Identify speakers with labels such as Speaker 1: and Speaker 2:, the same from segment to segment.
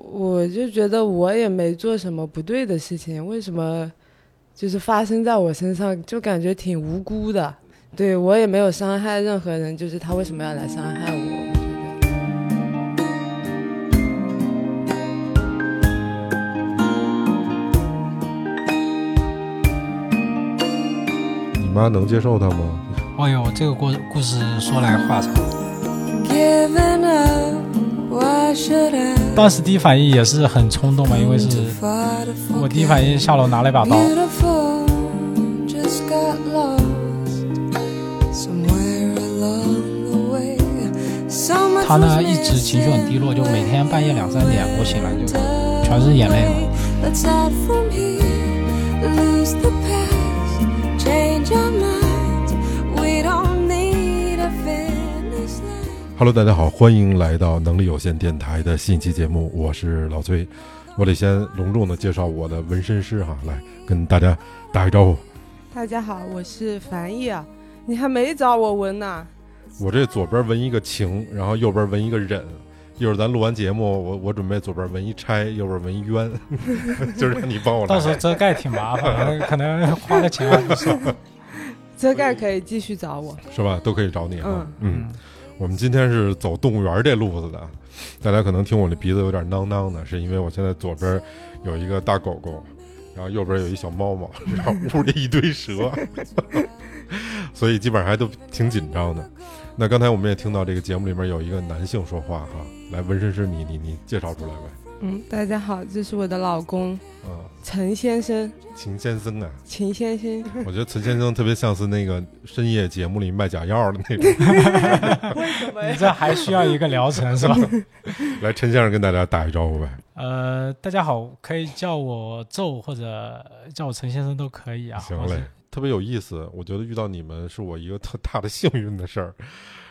Speaker 1: 我就觉得我也没做什么不对的事情，为什么就是发生在我身上，就感觉挺无辜的。对我也没有伤害任何人，就是他为什么要来伤害我？
Speaker 2: 你妈能接受他吗？
Speaker 3: 哎呦，这个故故事说来话长。
Speaker 4: Given up, why should I
Speaker 3: 当时第一反应也是很冲动嘛，因为是
Speaker 4: fight if
Speaker 3: 我第一反应下楼拿了一把刀，
Speaker 4: beautiful just got lost somewhere along the way? So much
Speaker 3: 他
Speaker 4: was
Speaker 3: 呢一直情绪很低落，就每天半夜两三点我醒来就全是眼泪嘛。
Speaker 4: Let's out from here, lose the past, change our minds. We don't need a finish line.
Speaker 2: Hello，大家好，欢迎来到能力有限电台的新一期节目，我是老崔。我得先隆重的介绍我的纹身师哈，来跟大家打个招呼。
Speaker 1: 大家好，我是樊毅啊，你还没找我纹呢、
Speaker 2: 我这左边纹一个情，然后右边纹一个忍。一会儿咱录完节目，我我准备左边纹一拆，右边纹一冤， 就是让你帮我
Speaker 3: 到时候
Speaker 2: 来。
Speaker 3: 遮盖挺麻烦， 可能花个钱还啊不少。
Speaker 1: 遮盖可以继续找我。
Speaker 2: 是吧？都可以找你啊。嗯
Speaker 3: 嗯，
Speaker 2: 我们今天是走动物园这路子的，大家可能听我这鼻子有点囔囔的，是因为我现在左边有一个大狗狗，然后右边有一小猫 猫，然后屋里一堆蛇， 所以基本上还都挺紧张的。那刚才我们也听到这个节目里面有一个男性说话哈，来纹身师你你你介绍出来呗，
Speaker 1: 嗯，大家好，这是我的老公
Speaker 2: 啊，
Speaker 1: 陈先生，
Speaker 2: 秦先生啊，
Speaker 1: 秦先生。
Speaker 2: 我觉得陈先生特别像是那个深夜节目里卖假药的那种。
Speaker 1: 为什么
Speaker 3: 你这还需要一个疗程是吧？
Speaker 2: 来，陈先生跟大家打一招呼呗。
Speaker 3: 呃，大家好，可以叫我宙或者叫我陈先生都可以啊。
Speaker 2: 行嘞，特别有意思。我觉得遇到你们是我一个特大的幸运的事儿。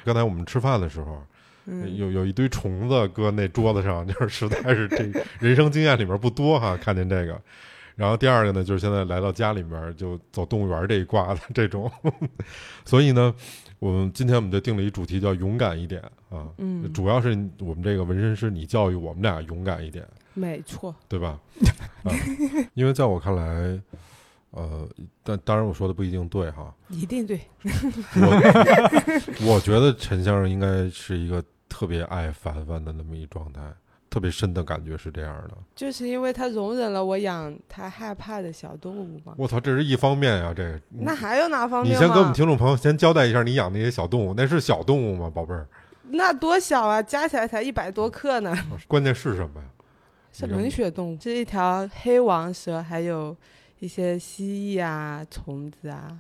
Speaker 2: 刚才我们吃饭的时候，
Speaker 1: 嗯，
Speaker 2: 有有一堆虫子搁那桌子上， 就是实在是这人生经验里面不多哈，看见这个。然后第二个呢，就是现在来到家里面就走动物园这一挂的这种， 所以呢，我们今天我们就定了一主题叫勇敢一点啊，
Speaker 1: 嗯
Speaker 2: 主要是我们这个纹身师你教育我们俩勇敢一点，
Speaker 1: 没错。
Speaker 2: 对吧？啊，因为在我看来，呃，但当然我说的不一定对哈。
Speaker 1: 一定对，
Speaker 2: 我我觉得陈先生应该是一个特别爱凡凡的那么一状态，特别深的感觉是这样的。
Speaker 1: 就是因为他容忍了我养他害怕的小动物嘛。
Speaker 2: 我操，这是一方面呀、这个
Speaker 1: 那还有哪方
Speaker 2: 嗯你
Speaker 1: 面吗？
Speaker 2: 先跟我们听众朋友先交代一下，你养那些小动物，那是小动物吗，宝贝儿？
Speaker 1: 那多小啊，加起来才一百多克呢。
Speaker 2: 关键是什么呀？
Speaker 1: 是
Speaker 2: 你看
Speaker 1: 冷血动物，是一条黑王蛇，还有一些蜥蜴啊、虫子啊，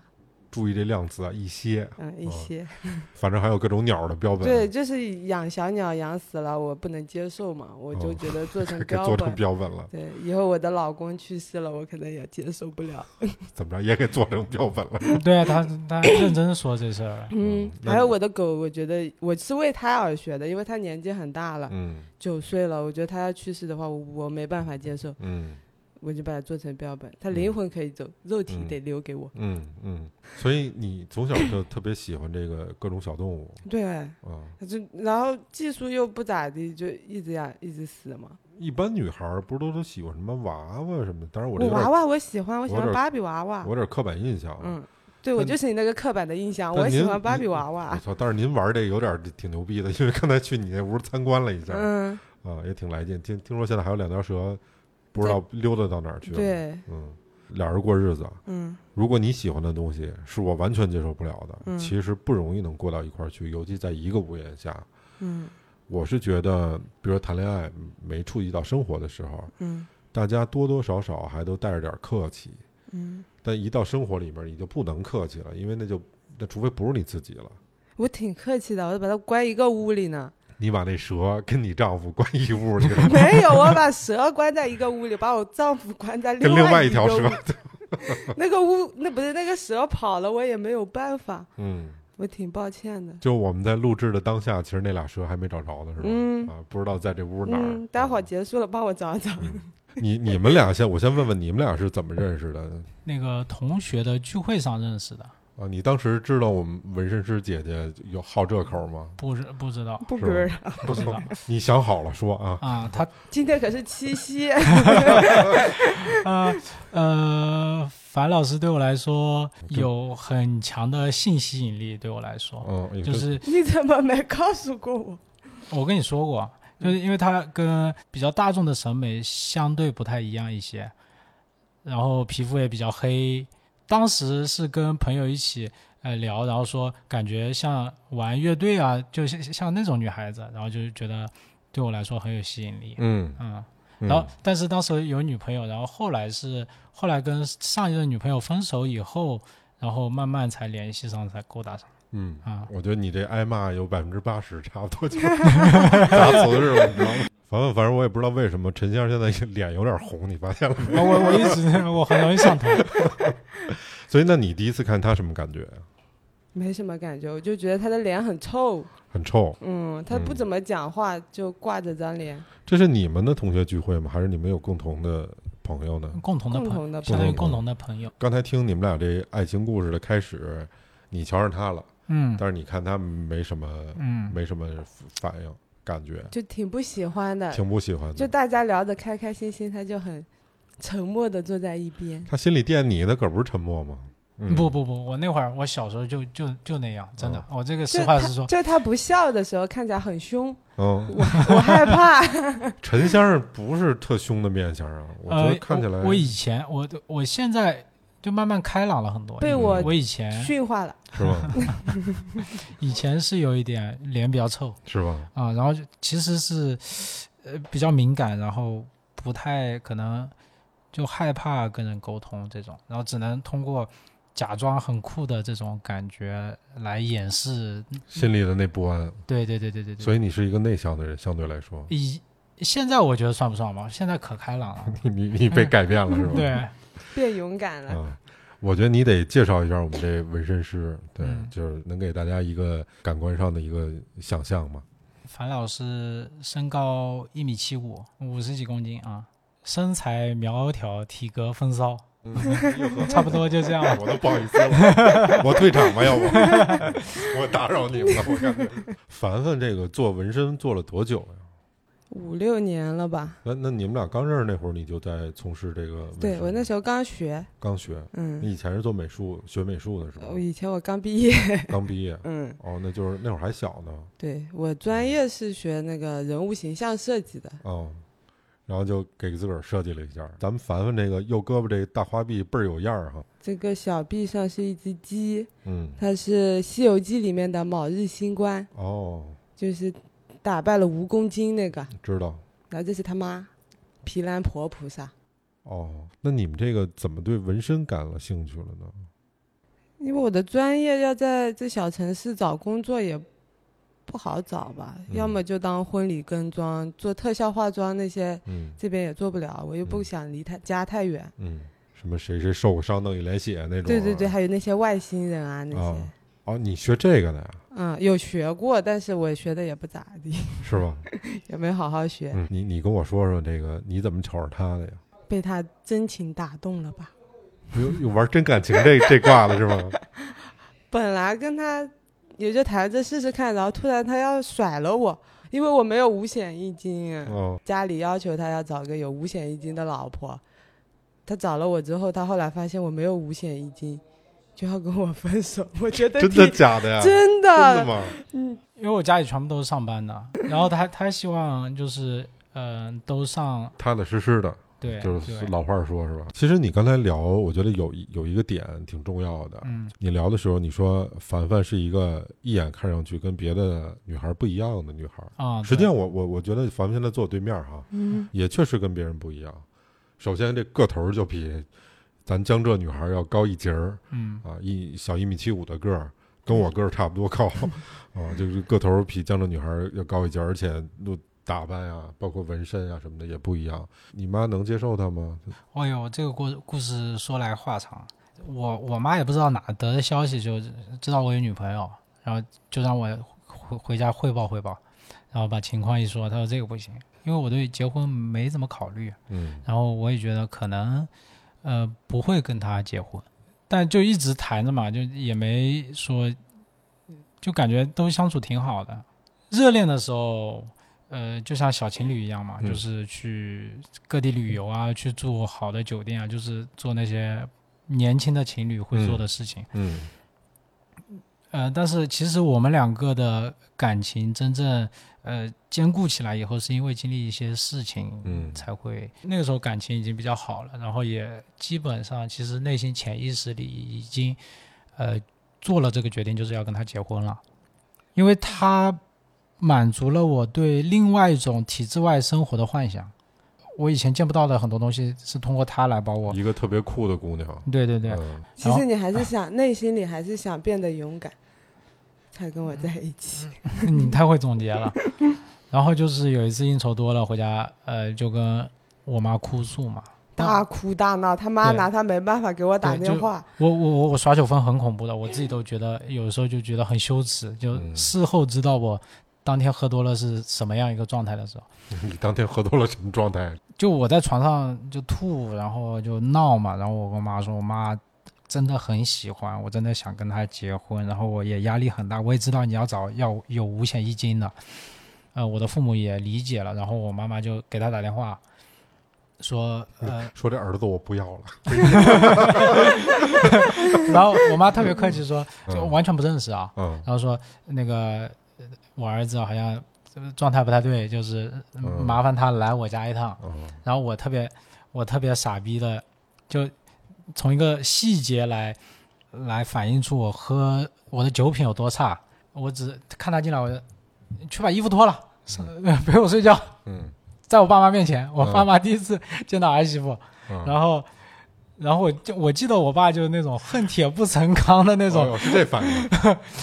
Speaker 2: 注意这量词啊，一些，
Speaker 1: 嗯，一些。
Speaker 2: 反正还有各种鸟的标本，
Speaker 1: 对，，就是养小鸟养死了，我不能接受嘛，我就
Speaker 2: 哦
Speaker 1: 觉得做 成
Speaker 2: 给
Speaker 1: 标
Speaker 2: 做
Speaker 1: 本。
Speaker 2: 成标本了，
Speaker 1: 对，以后我的老公去世了，我可能也接受不
Speaker 2: 哦
Speaker 1: 了。
Speaker 2: 怎么着也给做成标本了。
Speaker 3: 对啊，他他认真说这事儿。
Speaker 1: 嗯，
Speaker 2: 那
Speaker 1: 还有
Speaker 2: 你
Speaker 1: 我的狗，我觉得我是为它而学的，因为它年纪很大了，
Speaker 2: 嗯
Speaker 1: 九岁了，我觉得它要去世的话，我我没办法接受，
Speaker 2: 嗯
Speaker 1: 我就把它做成标本。它
Speaker 2: 嗯
Speaker 1: 灵魂可以走，肉体
Speaker 2: 嗯
Speaker 1: 得留给我。
Speaker 2: 嗯嗯，所以你从小就特别喜欢这个各种小动物
Speaker 1: 对。
Speaker 2: 啊。
Speaker 1: 就然后技术又不咋地，就一直养一直死嘛。
Speaker 2: 一般女孩儿不是都都喜欢什么娃娃什么的？当然我
Speaker 1: 我
Speaker 2: 这有点
Speaker 1: 娃娃我喜欢，我喜
Speaker 2: 我有
Speaker 1: 欢
Speaker 2: 点
Speaker 1: 芭比娃娃
Speaker 2: 我。有点刻板印象啊。
Speaker 1: 嗯，对，
Speaker 2: 那
Speaker 1: 我就是你那个刻板的印象，
Speaker 2: 但
Speaker 1: 我喜
Speaker 2: 您
Speaker 1: 欢芭比
Speaker 2: 您
Speaker 1: 娃
Speaker 2: 我
Speaker 1: 娃。
Speaker 2: 操！但是您玩这有点挺牛逼的，因为刚才去你那屋参观了一下，
Speaker 1: 嗯，
Speaker 2: 啊，也挺来劲。听听说现在还有两条蛇，不知道溜达到哪儿去了。，
Speaker 1: 对，
Speaker 2: 嗯，俩人过日子，
Speaker 1: 嗯
Speaker 2: 如果你喜欢的东西是我完全接受不了的，
Speaker 1: 嗯
Speaker 2: 其实不容易能过到一块儿去，尤其在一个屋檐下。
Speaker 1: 嗯
Speaker 2: 我是觉得，比如谈恋爱没触及到生活的时候，
Speaker 1: 嗯
Speaker 2: 大家多多少少还都带着点儿客气，
Speaker 1: 嗯，
Speaker 2: 但一到生活里面，你就不能客气了，因为那就那除非不是你自己了，
Speaker 1: 我挺客气的，我都把它关一个屋里 呢。
Speaker 2: 你把那蛇跟你丈夫关一屋里了，
Speaker 1: 没有，我把蛇关在一个屋里，把我丈夫关在
Speaker 2: 跟另外
Speaker 1: 一
Speaker 2: 一条
Speaker 1: 个
Speaker 2: 蛇
Speaker 1: 屋， 那个屋那不是那个蛇跑了，我也没有办法，
Speaker 2: 嗯，
Speaker 1: 我挺抱歉的。
Speaker 2: 就我们在录制的当下，其实那俩蛇还没找着呢，是吧？
Speaker 1: 嗯
Speaker 2: 啊，不知道在嗯这屋哪儿。啊
Speaker 1: 嗯，待会儿结束了帮我找找。
Speaker 2: 你你们俩先，我先问问你们俩是怎么认识的？
Speaker 3: 那个同学的聚会上认识的，
Speaker 2: 啊，你当时知道我们纹身师姐姐有好这口吗？
Speaker 3: 不知不知道
Speaker 1: 不
Speaker 2: 是
Speaker 1: 嗝儿
Speaker 2: 吧
Speaker 1: 啊！
Speaker 3: 不知 道
Speaker 2: 你想好了说啊，
Speaker 3: 啊，他
Speaker 1: 今天可是七夕，
Speaker 3: 呃呃，樊老师对我来说
Speaker 2: 对
Speaker 3: 有很强的性吸引力，对我来说，
Speaker 2: 嗯，也
Speaker 3: 就是
Speaker 1: 你怎么没告诉过我？
Speaker 3: 我跟你说过，就是因为他跟比较大众的审美相对不太一样一些，然后皮肤也比较黑。当时是跟朋友一起呃聊，然后说感觉像玩乐队啊，就像像那种女孩子，然后就觉得对我来说很有吸引力，
Speaker 2: 嗯，
Speaker 3: 嗯。
Speaker 2: 嗯
Speaker 3: 然后，但是当时有女朋友，然后后来是后来跟上一任女朋友分手以后，然后慢慢才联系上，才勾搭上
Speaker 2: 嗯，
Speaker 3: 啊。
Speaker 2: 我觉得你这挨骂有百分之八十差不 多就砸瓷实了，你知道吗？反正反正我也不知道为什么陈先生现在脸有点红，你发现了？
Speaker 3: 我我我一直我很容易上头，
Speaker 2: 所以那你第一次看他什么感觉？啊
Speaker 1: 没什么感觉，我就觉得他的脸很臭，
Speaker 2: 很臭，
Speaker 1: 嗯，他不
Speaker 2: 嗯
Speaker 1: 怎么讲话，就挂着张脸，
Speaker 2: 这是你们的同学聚会吗？还是你们有共同的朋友呢？
Speaker 3: 共同的
Speaker 1: 共
Speaker 3: 朋友，
Speaker 1: 同的朋
Speaker 3: 相当于
Speaker 1: 友。
Speaker 3: 共同的朋友。
Speaker 2: 刚才听你们俩这爱情故事的开始，你瞧上他了，
Speaker 3: 嗯
Speaker 2: 但是你看他没什么，
Speaker 3: 嗯，
Speaker 2: 没什么反应，感觉
Speaker 1: 就挺不喜欢的，
Speaker 2: 挺不喜欢
Speaker 1: 就
Speaker 2: 的。
Speaker 1: 大家聊得开开心心，他就很沉默的坐在一边。
Speaker 2: 他心里惦你的可不是沉默吗？嗯、
Speaker 3: 不，不不，我那会儿我小时候就就就那样，真的
Speaker 2: 哦，
Speaker 3: 我这个
Speaker 1: 就
Speaker 3: 实
Speaker 1: 他
Speaker 3: 话实说，
Speaker 1: 就他不笑的时候，看起来很凶，
Speaker 2: 嗯，
Speaker 1: 我害 怕。
Speaker 2: 陈先生不是特凶的面相啊，我觉
Speaker 3: 呃
Speaker 2: 得，看起来，
Speaker 3: 我我以前我我现在就慢慢开朗了很多。
Speaker 1: 被
Speaker 3: 因为
Speaker 1: 我
Speaker 3: 我以前
Speaker 1: 驯化了，
Speaker 2: 是 吧？
Speaker 3: 以前是有一点脸比较臭，
Speaker 2: 是吧？
Speaker 3: 啊，然后就其实是呃比较敏感，然后不太可能就害怕跟人沟通这种，然后只能通过假装很酷的这种感觉来掩饰。嗯
Speaker 2: 心里的那不安，
Speaker 3: 对对对对对对。
Speaker 2: 所
Speaker 3: 以
Speaker 2: 以你是一个内向的人，相对来说，
Speaker 3: 以现在我觉得算不上吧，现在可开 朗了。
Speaker 2: 你你你被改变了是吧？
Speaker 3: 嗯对，
Speaker 1: 变勇敢了。
Speaker 2: 啊，我觉得你得介绍一下我们这纹身师，对，
Speaker 3: 嗯
Speaker 2: 就是能给大家一个感官上的一个想象嘛。
Speaker 3: 樊老师身高一米七五，五十几公斤啊，身材苗条，体格风骚，
Speaker 1: 嗯
Speaker 3: 差不多就这样吧。
Speaker 2: 我都不好意思了，我退场吧，要不 我打扰你们了。我感觉 凡凡这个做纹身做了多久呀？
Speaker 1: 五六年了吧？
Speaker 2: 那那你们俩刚认识那会儿，你就在从事这个纹身？
Speaker 1: 对我那时候刚学，
Speaker 2: 刚学，
Speaker 1: 嗯，哦
Speaker 2: 你以前是做美术学美术的是吧
Speaker 1: 我？以前我刚毕业，
Speaker 2: 刚毕业
Speaker 1: 嗯，
Speaker 2: 哦，那就是那会儿还小呢
Speaker 1: 对我专业是学那个人物形象设计的，
Speaker 2: 哦。然后就给自个儿设计了一下，咱们凡凡这个右胳膊这大花臂倍儿有样儿哈，
Speaker 1: 这个小臂上是一只鸡，
Speaker 2: 嗯，
Speaker 1: 它是《西游记》里面的卯日星官，
Speaker 2: 哦，
Speaker 1: 就是打败了蜈蚣精那个。
Speaker 2: 知道，
Speaker 1: 然后这是他妈，毗蓝婆菩萨。
Speaker 2: 哦，那你们这个怎么对纹身感了兴趣了呢？
Speaker 1: 因为我的专业要在这小城市找工作也不好找吧，
Speaker 2: 嗯
Speaker 1: 要么就当婚礼跟妆，做特效化妆那些
Speaker 2: 嗯
Speaker 1: 这边也做不了，我又不
Speaker 2: 嗯
Speaker 1: 想离他家太远。
Speaker 2: 嗯，什么谁谁受过伤弄一脸血那种、
Speaker 1: 对对对，，还有那些外星人啊那些，
Speaker 2: 啊哦，你学这个的呀，
Speaker 1: 嗯，有学过，但是我学的也不咋地，
Speaker 2: 是
Speaker 1: 嗯
Speaker 2: 吧？
Speaker 1: 也没好好学，
Speaker 2: 嗯，你你跟我说说这个，你怎么瞅着他的呀？
Speaker 1: 被他真情打动了吧？
Speaker 2: 有有玩真感情这这挂的是吗？
Speaker 1: 本来跟他也就谈着试试看，然后突然他要甩了我，因为我没有五险一金啊。
Speaker 2: 哦，
Speaker 1: 家里要求他要找个有五险一金的老婆，他找了我之后，他后来发现我没有五险一金，就要跟我分手。我觉得
Speaker 2: 真的
Speaker 1: 挺
Speaker 2: 假的呀？
Speaker 1: 真
Speaker 2: 真的
Speaker 1: 的，
Speaker 2: 吗？
Speaker 3: 因为我家里全部都是上班的，然后他他希望就是嗯、呃都上
Speaker 2: 踏踏实实的，
Speaker 3: 对
Speaker 2: 就是
Speaker 3: 对
Speaker 2: 老话说是吧？其实你刚才聊，我觉得有一有一个点挺重要的。
Speaker 3: 嗯
Speaker 2: 你聊的时候，你说凡凡是一个一眼看上去跟别的女孩不一样的女孩，
Speaker 3: 啊，
Speaker 2: 实际
Speaker 3: 对
Speaker 2: 上我我我觉得咱们现在坐我对面哈，
Speaker 1: 嗯，
Speaker 2: 也确实跟别人不一样。首先这个头儿就比咱江浙女孩儿要高一截儿
Speaker 3: 嗯
Speaker 2: 啊，一小一米七五的个儿，跟我个儿差不多高啊，就是个头儿比江浙女孩儿要高一截儿，而且都打扮啊，包括纹身啊什么的也不一样。你妈能接受她吗？
Speaker 3: 哎呦，这个故故事说来话长，我我妈也不知道哪得的消息，就知道我有女朋友，然后就让我回回家汇报汇报，然后把情况一说，她说这个不行，因为我对结婚没怎么考虑，
Speaker 2: 嗯
Speaker 3: 然后我也觉得可能呃不会跟她结婚，但就一直谈着嘛，就也没说，就感觉都相处挺好的。热恋的时候，呃，就像小情侣一样嘛，
Speaker 2: 嗯
Speaker 3: 就是去各地旅游啊，去住好的酒店啊，就是做那些年轻的情侣会做的事情。
Speaker 2: 嗯
Speaker 3: 呃，但是其实我们两个的感情真正呃坚固起来以后，是因为经历一些事情，
Speaker 2: 嗯
Speaker 3: 才会那个时候感情已经比较好了，然后也基本上其实内心潜意识里已经呃做了这个决定，就是要跟他结婚了，因为他满足了我对另外一种体制外生活的幻想。我以前见不到的很多东西是通过他来把我，
Speaker 2: 一个特别酷的姑娘，
Speaker 3: 对对对，
Speaker 2: 嗯
Speaker 1: 其实你还是想，内心里还是想变得勇敢，才跟我在一起。
Speaker 3: 你太嗯会总结了。 然后就是有一次应酬多了，回家呃就跟我妈哭诉嘛。
Speaker 1: 大哭大闹，他妈
Speaker 3: 对
Speaker 1: 拿他没办法，给我打
Speaker 3: 对
Speaker 1: 电话。
Speaker 3: 我我我我耍酒疯很恐怖的，我自己都觉得有时候就觉得很羞耻，就
Speaker 2: 嗯
Speaker 3: 事后知道我当天喝多了是什么样一个状态的时候，
Speaker 2: 你当天喝多了什么状态？
Speaker 3: 就我在床上就吐，然后就闹嘛，然后我跟我妈说，我妈真的很喜欢，我真的想跟她结婚，然后我也压力很大，我也知道你要找要有五险一金的，呃，我的父母也理解了，然后我妈妈就给她打电话，说呃，
Speaker 2: 说这儿子我不要了，
Speaker 3: 然后我妈特别客气说，
Speaker 2: 嗯
Speaker 3: 就完全不认识啊，
Speaker 2: 嗯
Speaker 3: 然后说那个呃我儿子好像呃状态不太对，就是嗯
Speaker 2: 嗯
Speaker 3: 麻烦他来我家一趟。
Speaker 2: 嗯
Speaker 3: 然后我特别我特别傻逼的，就从一个细节来来反映出我喝我的酒品有多差。我只看他进来，我就去把衣服脱了，是 陪我睡觉，
Speaker 2: 嗯
Speaker 3: 在我爸妈面前，我
Speaker 2: 嗯
Speaker 3: 爸妈第一次见到儿媳妇，
Speaker 2: 嗯，
Speaker 3: 然后。然后我就我记得我爸就是那种恨铁不成钢的那
Speaker 2: 那
Speaker 1: 哦
Speaker 3: 种，
Speaker 2: 哦是这反应，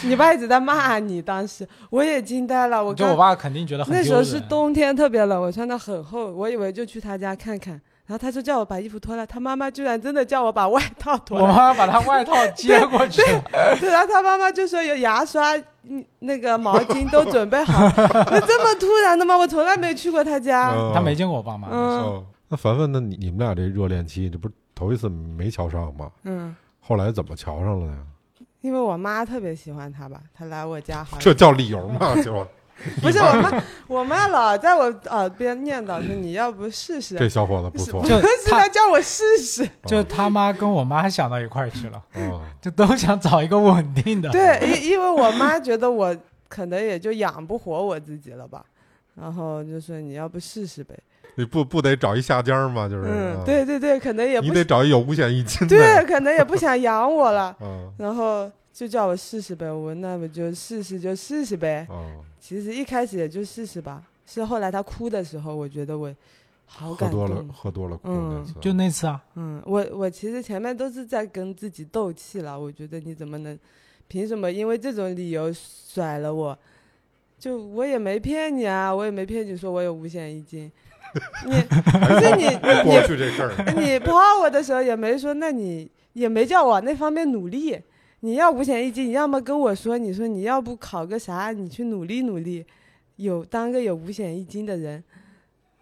Speaker 1: 你爸一直在骂你，当时我也惊呆了。我
Speaker 3: 就
Speaker 1: 刚
Speaker 3: 我爸肯定觉得很
Speaker 1: 那时
Speaker 3: 丢
Speaker 1: 候是
Speaker 3: 人。
Speaker 1: 冬天，特别冷，我穿的很厚，我以为就去他家看看。然后他就叫我把衣服脱了，他妈妈居然真的叫我把外套脱
Speaker 3: 我
Speaker 1: 了。
Speaker 3: 妈把他外套接过去，
Speaker 1: 对，然后他妈妈就说有牙刷、嗯那个毛巾都准备好。 那这么突然的吗？我从来没去过他家。
Speaker 2: 嗯
Speaker 3: 啊他没见啊过我爸妈。
Speaker 1: 嗯
Speaker 2: 哦那凡凡，那你你们俩这热恋期，这不是头一次没瞧上吗？
Speaker 1: 嗯，
Speaker 2: 后来怎么瞧上了呢？
Speaker 1: 因为我妈特别喜欢他吧，他来我家好像
Speaker 2: 这叫理 由吗？就
Speaker 1: 不是我妈，我妈老在我耳边念叨说你要不试试，
Speaker 2: 这小伙子不错
Speaker 1: 是
Speaker 3: 就
Speaker 1: 就是
Speaker 3: 他
Speaker 1: 她叫我试 试。
Speaker 3: 就他妈跟我妈想到一块儿去了，
Speaker 2: 啊，
Speaker 3: 就都想找一个稳定的。
Speaker 1: 对，因因为我妈觉得我可能也就养不活我自己了吧，然后就说你要不试试呗。
Speaker 2: 你不不得找一下家吗？就是，
Speaker 1: 嗯，
Speaker 2: 啊，
Speaker 1: 对对对，可能也
Speaker 2: 你
Speaker 1: 不
Speaker 2: 得找一有五险一金的，
Speaker 1: 对，可能也不想养我了，
Speaker 2: 嗯，
Speaker 1: 然后就叫我试试呗。我那我就试试就试试呗。
Speaker 2: 啊，
Speaker 1: 其实一开始也就试试吧，是后来她哭的时候，我觉得我好
Speaker 2: 喝
Speaker 1: 感
Speaker 2: 多了
Speaker 1: 动，。
Speaker 2: 喝多了，哭
Speaker 1: 嗯
Speaker 2: 那次
Speaker 3: 就那次啊，
Speaker 1: 嗯，我我其实前面都是在跟自己斗气了，我觉得你怎么能，凭什么因为这种理由甩了我？就我也没骗你啊，我也没骗你说我有五险一金，你不是你
Speaker 2: 哎过去这事 儿，
Speaker 1: 你你抛我的时候也没说，那你也没叫我往那方面努力。你要五险一金，你要么跟我说，你说你要不考个啥，你去努力努力，有当个有五险一金的人，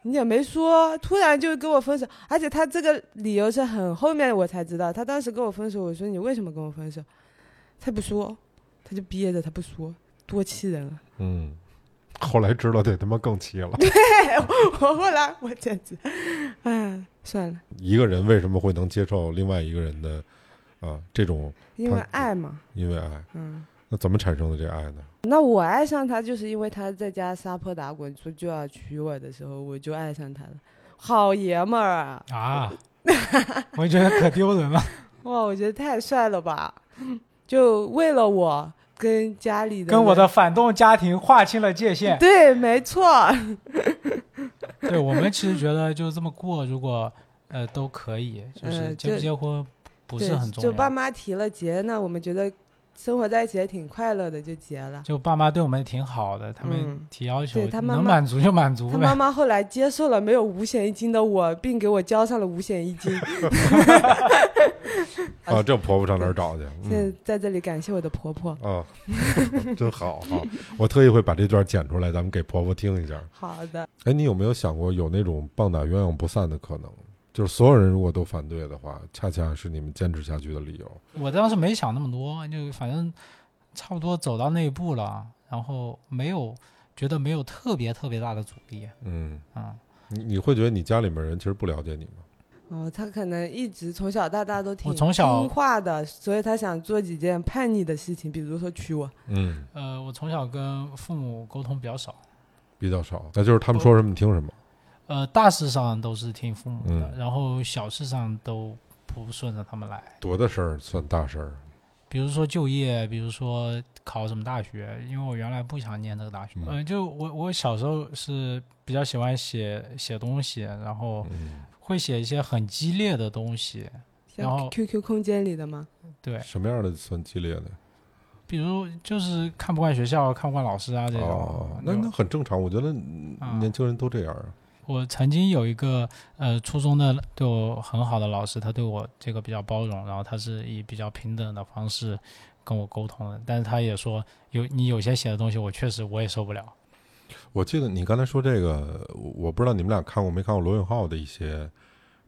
Speaker 1: 你也没说，突然就跟我分手，而且他这个理由是很后面我才知道，他当时跟我分手，我说你为什么跟我分手，他不说，他就憋着，他不说，多气人啊！
Speaker 2: 嗯。后来知道这他妈更气了。
Speaker 1: 我后来我简直，哎，算了，
Speaker 2: 一个人为什么会能接受另外一个人的啊这种
Speaker 1: 因为
Speaker 2: 他
Speaker 1: 爱嘛，
Speaker 2: 因为爱？
Speaker 1: 嗯。
Speaker 2: 那怎么产生的这爱呢？
Speaker 1: 那我爱上他，就是因为他在家撒泼打滚，说就要娶我的时候，我就爱上他了。好爷们儿啊！
Speaker 3: 啊， 我觉得可丢 人了，
Speaker 1: 哇，我觉得太帅了吧！就为了我跟家里的
Speaker 3: 跟我
Speaker 1: 人
Speaker 3: 的反动家庭划清了界 限。
Speaker 1: 对，没错，
Speaker 3: 对我们其实觉得就这么过，如果呃都可以，就是
Speaker 1: 呃
Speaker 3: 结不
Speaker 1: 就
Speaker 3: 结婚不是
Speaker 1: 对
Speaker 3: 很重
Speaker 1: 就爸
Speaker 3: 要。
Speaker 1: 妈提了结，那我们觉得生活在一起也挺快乐的，就结了。
Speaker 3: 就爸妈对我们挺好的，他们
Speaker 1: 嗯
Speaker 3: 提要求
Speaker 1: 对他妈
Speaker 3: 能
Speaker 1: 妈
Speaker 3: 满足就满足
Speaker 1: 他妈
Speaker 3: 呗。
Speaker 1: 妈后来接受了没有五险一金的我，并给我交上了五险一金。
Speaker 2: 啊，这婆婆上哪儿找去？嗯
Speaker 1: 现在在这里感谢我的婆婆。
Speaker 2: 啊， 真好哈！我特意会把这段剪出来，咱们给婆婆听一下。
Speaker 1: 好的，
Speaker 2: 哎，你有没有想过有那种棒打鸳鸯不散的可能？就是所有人如果都反对的话，恰恰是你们坚持下去的理由。
Speaker 3: 我当时没想那么多，就反正差不多走到那一步了，然后没有觉得没有特别特别大的阻力
Speaker 2: 嗯，
Speaker 3: 啊、
Speaker 2: 你你会觉得你家里面人其实不了解你吗？
Speaker 1: 哦，他可能一直从小到大都挺
Speaker 3: 我从小
Speaker 1: 听话的，所以他想做几件叛逆的事情，比如说娶我。
Speaker 2: 嗯，
Speaker 3: 呃，我从小跟父母沟通比较少，
Speaker 2: 比较少，那就是他们说什么你听什么。
Speaker 3: 呃，大事上都是听父母的，
Speaker 2: 嗯
Speaker 3: 然后小事上都不顺着他们来。
Speaker 2: 多大事儿算大事儿？
Speaker 3: 比如说就业，比如说考什么大学，因为我原来不想念这个大学。
Speaker 2: 嗯
Speaker 3: 嗯、就我我小时候是比较喜欢写写东西，然后
Speaker 2: 嗯，
Speaker 3: 会写一些很激烈的东西，然
Speaker 1: 像
Speaker 3: 后
Speaker 1: QQ 空间里的吗？
Speaker 3: 对，
Speaker 2: 什么样的算激烈的？
Speaker 3: 比如就是看不惯学校、看不惯老师啊这种。
Speaker 2: 哦，那那很正常，我觉得嗯
Speaker 3: 啊
Speaker 2: 年轻人都这样啊。
Speaker 3: 我曾经有一个呃初中的对我很好的老师，他对我这个比较包容，然后他是以比较平等的方式跟我沟通的，但是他也说有你有些写的东西，我确实我也受不了。
Speaker 2: 我记得你刚才说这个，我我不知道你们俩看过没看过罗永浩的一些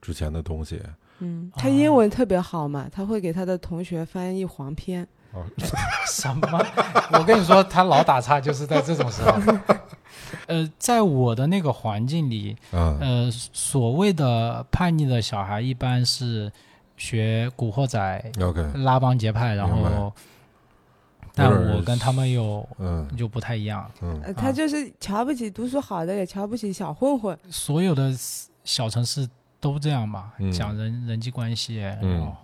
Speaker 2: 之前的东西
Speaker 1: 嗯，
Speaker 3: 啊
Speaker 1: 他英文特别好嘛，他会给他的同学翻译黄片。
Speaker 2: 啊，
Speaker 3: 什么？ 我跟你说，他老打岔就是在这种时候。 呃，在我的那个环境里，
Speaker 2: 嗯
Speaker 3: 呃，所谓的叛逆的小孩一般是学《古惑仔》、
Speaker 2: ，OK，
Speaker 3: 拉帮结派，然
Speaker 2: 明白
Speaker 3: 后，但
Speaker 2: 有点
Speaker 3: 我跟他们又
Speaker 2: 嗯
Speaker 3: 就不太一样。
Speaker 2: 嗯
Speaker 1: 呃，
Speaker 3: 啊
Speaker 1: 他就是瞧不起读书好的，也瞧不起小混混。
Speaker 3: 所有的小城市都这样吧，
Speaker 2: 嗯
Speaker 3: 讲人人际关系，
Speaker 2: 嗯
Speaker 3: 然后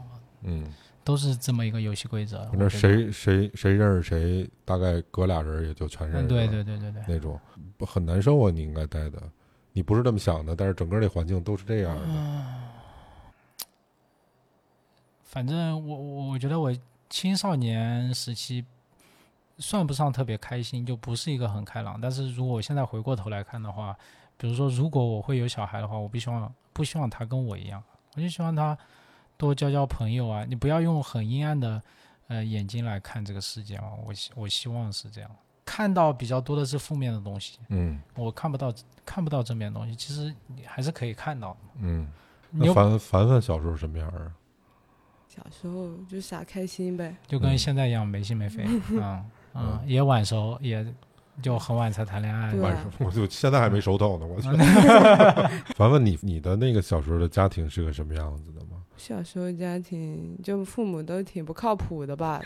Speaker 2: 嗯，
Speaker 3: 都是这么一个游戏规则。
Speaker 2: 反正
Speaker 3: 我觉得？
Speaker 2: 谁谁谁认识谁，大概隔俩人也就全认
Speaker 3: 嗯，
Speaker 2: 识，
Speaker 3: 对对对对对。
Speaker 2: 那种不很难受啊！你应该待的，你不是这么想的，但是整个这环境都是这样的。
Speaker 3: 反正我我我觉得我青少年时期算不上特别开心，就不是一个很开朗。但是如果我现在回过头来看的话，比如说如果我会有小孩的话，我不希望不希望他跟我一样，我就希望他多交交朋友啊。你不要用很阴暗的呃眼睛来看这个世界嘛。我希我希望是这样，看到比较多的是负面的东西，
Speaker 2: 嗯
Speaker 3: 我看不到看不到正面的东西。其实你还是可以看到的。
Speaker 2: 嗯，
Speaker 3: 你
Speaker 2: 那
Speaker 3: 又
Speaker 2: 凡凡凡小时候什么样啊？
Speaker 1: 小时候就傻开心呗，
Speaker 3: 就
Speaker 2: 嗯
Speaker 3: 跟现在一样没心没肺，嗯嗯
Speaker 2: 嗯，
Speaker 3: 也晚熟，也就很晚才谈恋爱
Speaker 1: 对。
Speaker 2: 晚上 我就现在还没熟透呢，我 就。凡凡，你你的那个小时候的家庭是个什么样子的吗？
Speaker 1: 小时候家庭就父母都挺不靠谱的 吧，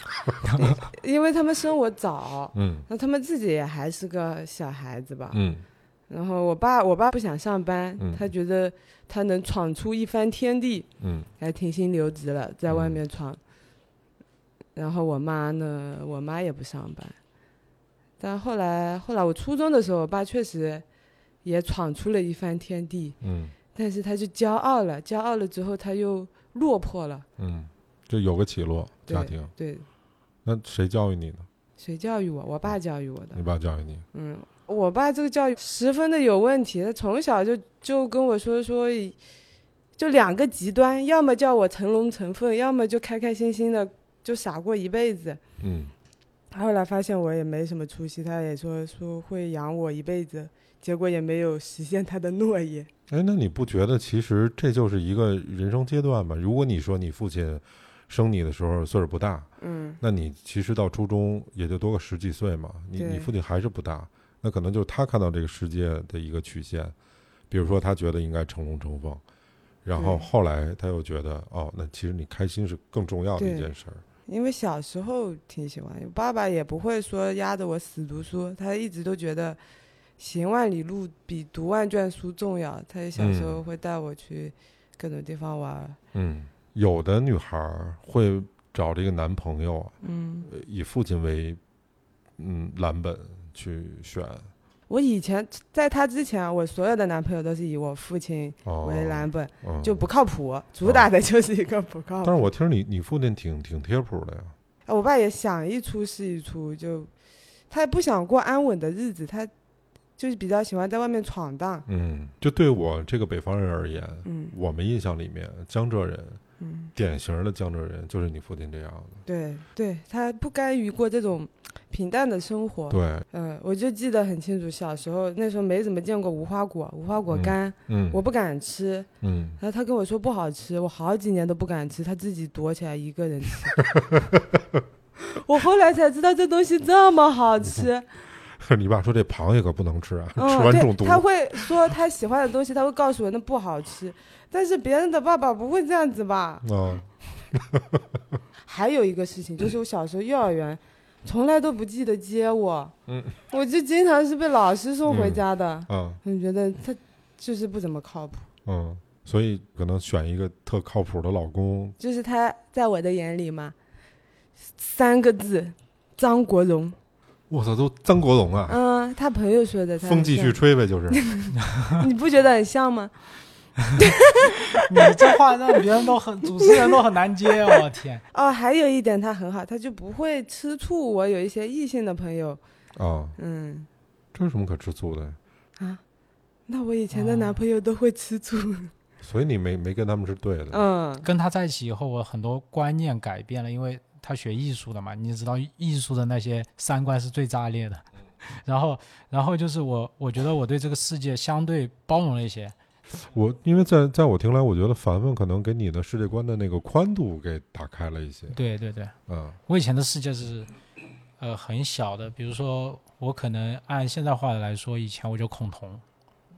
Speaker 1: 因为他们生我早，
Speaker 2: 嗯
Speaker 1: 那他们自己也还是个小孩子吧。
Speaker 2: 嗯
Speaker 1: 然后我爸，我爸不想上班，
Speaker 2: 嗯
Speaker 1: 他觉得他能闯出一番天地，
Speaker 2: 嗯
Speaker 1: 还停薪留职了，在外面闯。然后我妈呢，我妈也不上班，但后来后来我初中的时候，我爸确实也闯出了一番天地，
Speaker 2: 嗯
Speaker 1: 但是他就骄傲了，骄傲了之后他又落魄了，
Speaker 2: 嗯，就有个起落
Speaker 1: 对
Speaker 2: 家庭。
Speaker 1: 对。
Speaker 2: 那谁教育你呢？
Speaker 1: 谁教育我？我爸教育我的
Speaker 2: 你。爸教育你。
Speaker 1: 嗯，我爸这个教育十分的有问题，他从小就就跟我说说，就两个极端，要么叫我成龙成凤，要么就开开心心的就傻过一辈子。
Speaker 2: 嗯
Speaker 1: 后来发现我也没什么出息，他也说说会养我一辈子，结果也没有实现他的诺言。
Speaker 2: 哎，那你不觉得其实这就是一个人生阶段吗？如果你说你父亲生你的时候岁数不大，
Speaker 1: 嗯，
Speaker 2: 那你其实到初中也就多个十几岁嘛，你
Speaker 1: 对
Speaker 2: 你父亲还是不大，那可能就是他看到这个世界的一个曲线，比如说他觉得应该成龙成凤，然后
Speaker 1: 对
Speaker 2: 后来他又觉得哦，那其实你开心是更重要的一
Speaker 1: 对
Speaker 2: 件事儿。
Speaker 1: 因为小时候挺喜欢，爸爸也不会说压着我死读书，他一直都觉得行万里路比读万卷书重要。他小时候会带我去各种地方玩儿，
Speaker 2: 嗯，有的女孩儿会找这个男朋友
Speaker 1: 嗯，
Speaker 2: 呃以父亲为嗯蓝本去选
Speaker 1: 我以前在他之前，啊我所有的男朋友都是以我父亲
Speaker 2: 哦，
Speaker 1: 为蓝本，
Speaker 2: 嗯
Speaker 1: 就不靠谱，主打的就是一个不靠谱。
Speaker 2: 但是我听你你父亲挺挺贴谱的呀，
Speaker 1: 啊我爸也想一出是一出，就他也不想过安稳的日子，他就是比较喜欢在外面闯荡。
Speaker 2: 嗯，就对我这个北方人而言，
Speaker 1: 嗯
Speaker 2: 我们印象里面江浙人
Speaker 1: 嗯，
Speaker 2: 典型的江浙人就是你父亲这样的。
Speaker 1: 对对，他不甘于过这种平淡的生活。
Speaker 2: 对，
Speaker 1: 嗯，我就记得很清楚，小时候那时候没怎么见过无花果，无花果
Speaker 2: 嗯
Speaker 1: 干、
Speaker 2: 嗯，
Speaker 1: 我不敢吃，
Speaker 2: 嗯，
Speaker 1: 然后他跟我说不好吃，我好几年都不敢吃，他自己躲起来一个人吃。 我后来才知道这东西这么好吃，
Speaker 2: 你爸说这螃蟹可不能吃啊，
Speaker 1: 嗯，
Speaker 2: 吃完中毒
Speaker 1: 对，。他会说他喜欢的东西，他会告诉我那不好吃，但是别人的爸爸不会这样子吧？
Speaker 2: 啊，
Speaker 1: 还有一个事 情就是我小时候幼儿园，从来都不记得接我，
Speaker 2: 嗯
Speaker 1: 我就经常是被老师送回家的，
Speaker 2: 啊，
Speaker 1: 我觉得他就是不怎么靠谱，
Speaker 2: 嗯，所以可能选一个特靠谱的老公，
Speaker 1: 就是他在我的眼里嘛，三个字，张国荣。
Speaker 2: 我操，都张国荣啊，
Speaker 1: 嗯，他朋友说的，他
Speaker 2: 风
Speaker 1: 很
Speaker 2: 继续
Speaker 1: 像，
Speaker 2: 吹呗，就是。
Speaker 1: 你不觉得很像吗？
Speaker 3: 你这话让别人都很，主持人都很难接，我天！
Speaker 1: 哦，还有一点他很好，他就不会吃醋。我有一些异性的朋友，
Speaker 2: 啊，
Speaker 1: 嗯
Speaker 2: 这有什么可吃醋的？
Speaker 1: 啊，那我以前的
Speaker 3: 哦
Speaker 1: 男朋友都会吃醋，
Speaker 2: 所以你没没跟他们是对的。
Speaker 1: 嗯，
Speaker 3: 跟他在一起以后，我很多观念改变了，因为他学艺术的嘛，你知道艺术的那些三观是最炸裂的。然后，然后就是我，我觉得我对这个世界相对包容了一些。
Speaker 2: 我因为在在我听来，我觉得凡凡可能给你的世界观的那个宽度给打开了一些。
Speaker 3: 对对对，
Speaker 2: 嗯
Speaker 3: 我以前的世界是，呃，很小的。比如说，我可能按现在话来说，以前我就恐同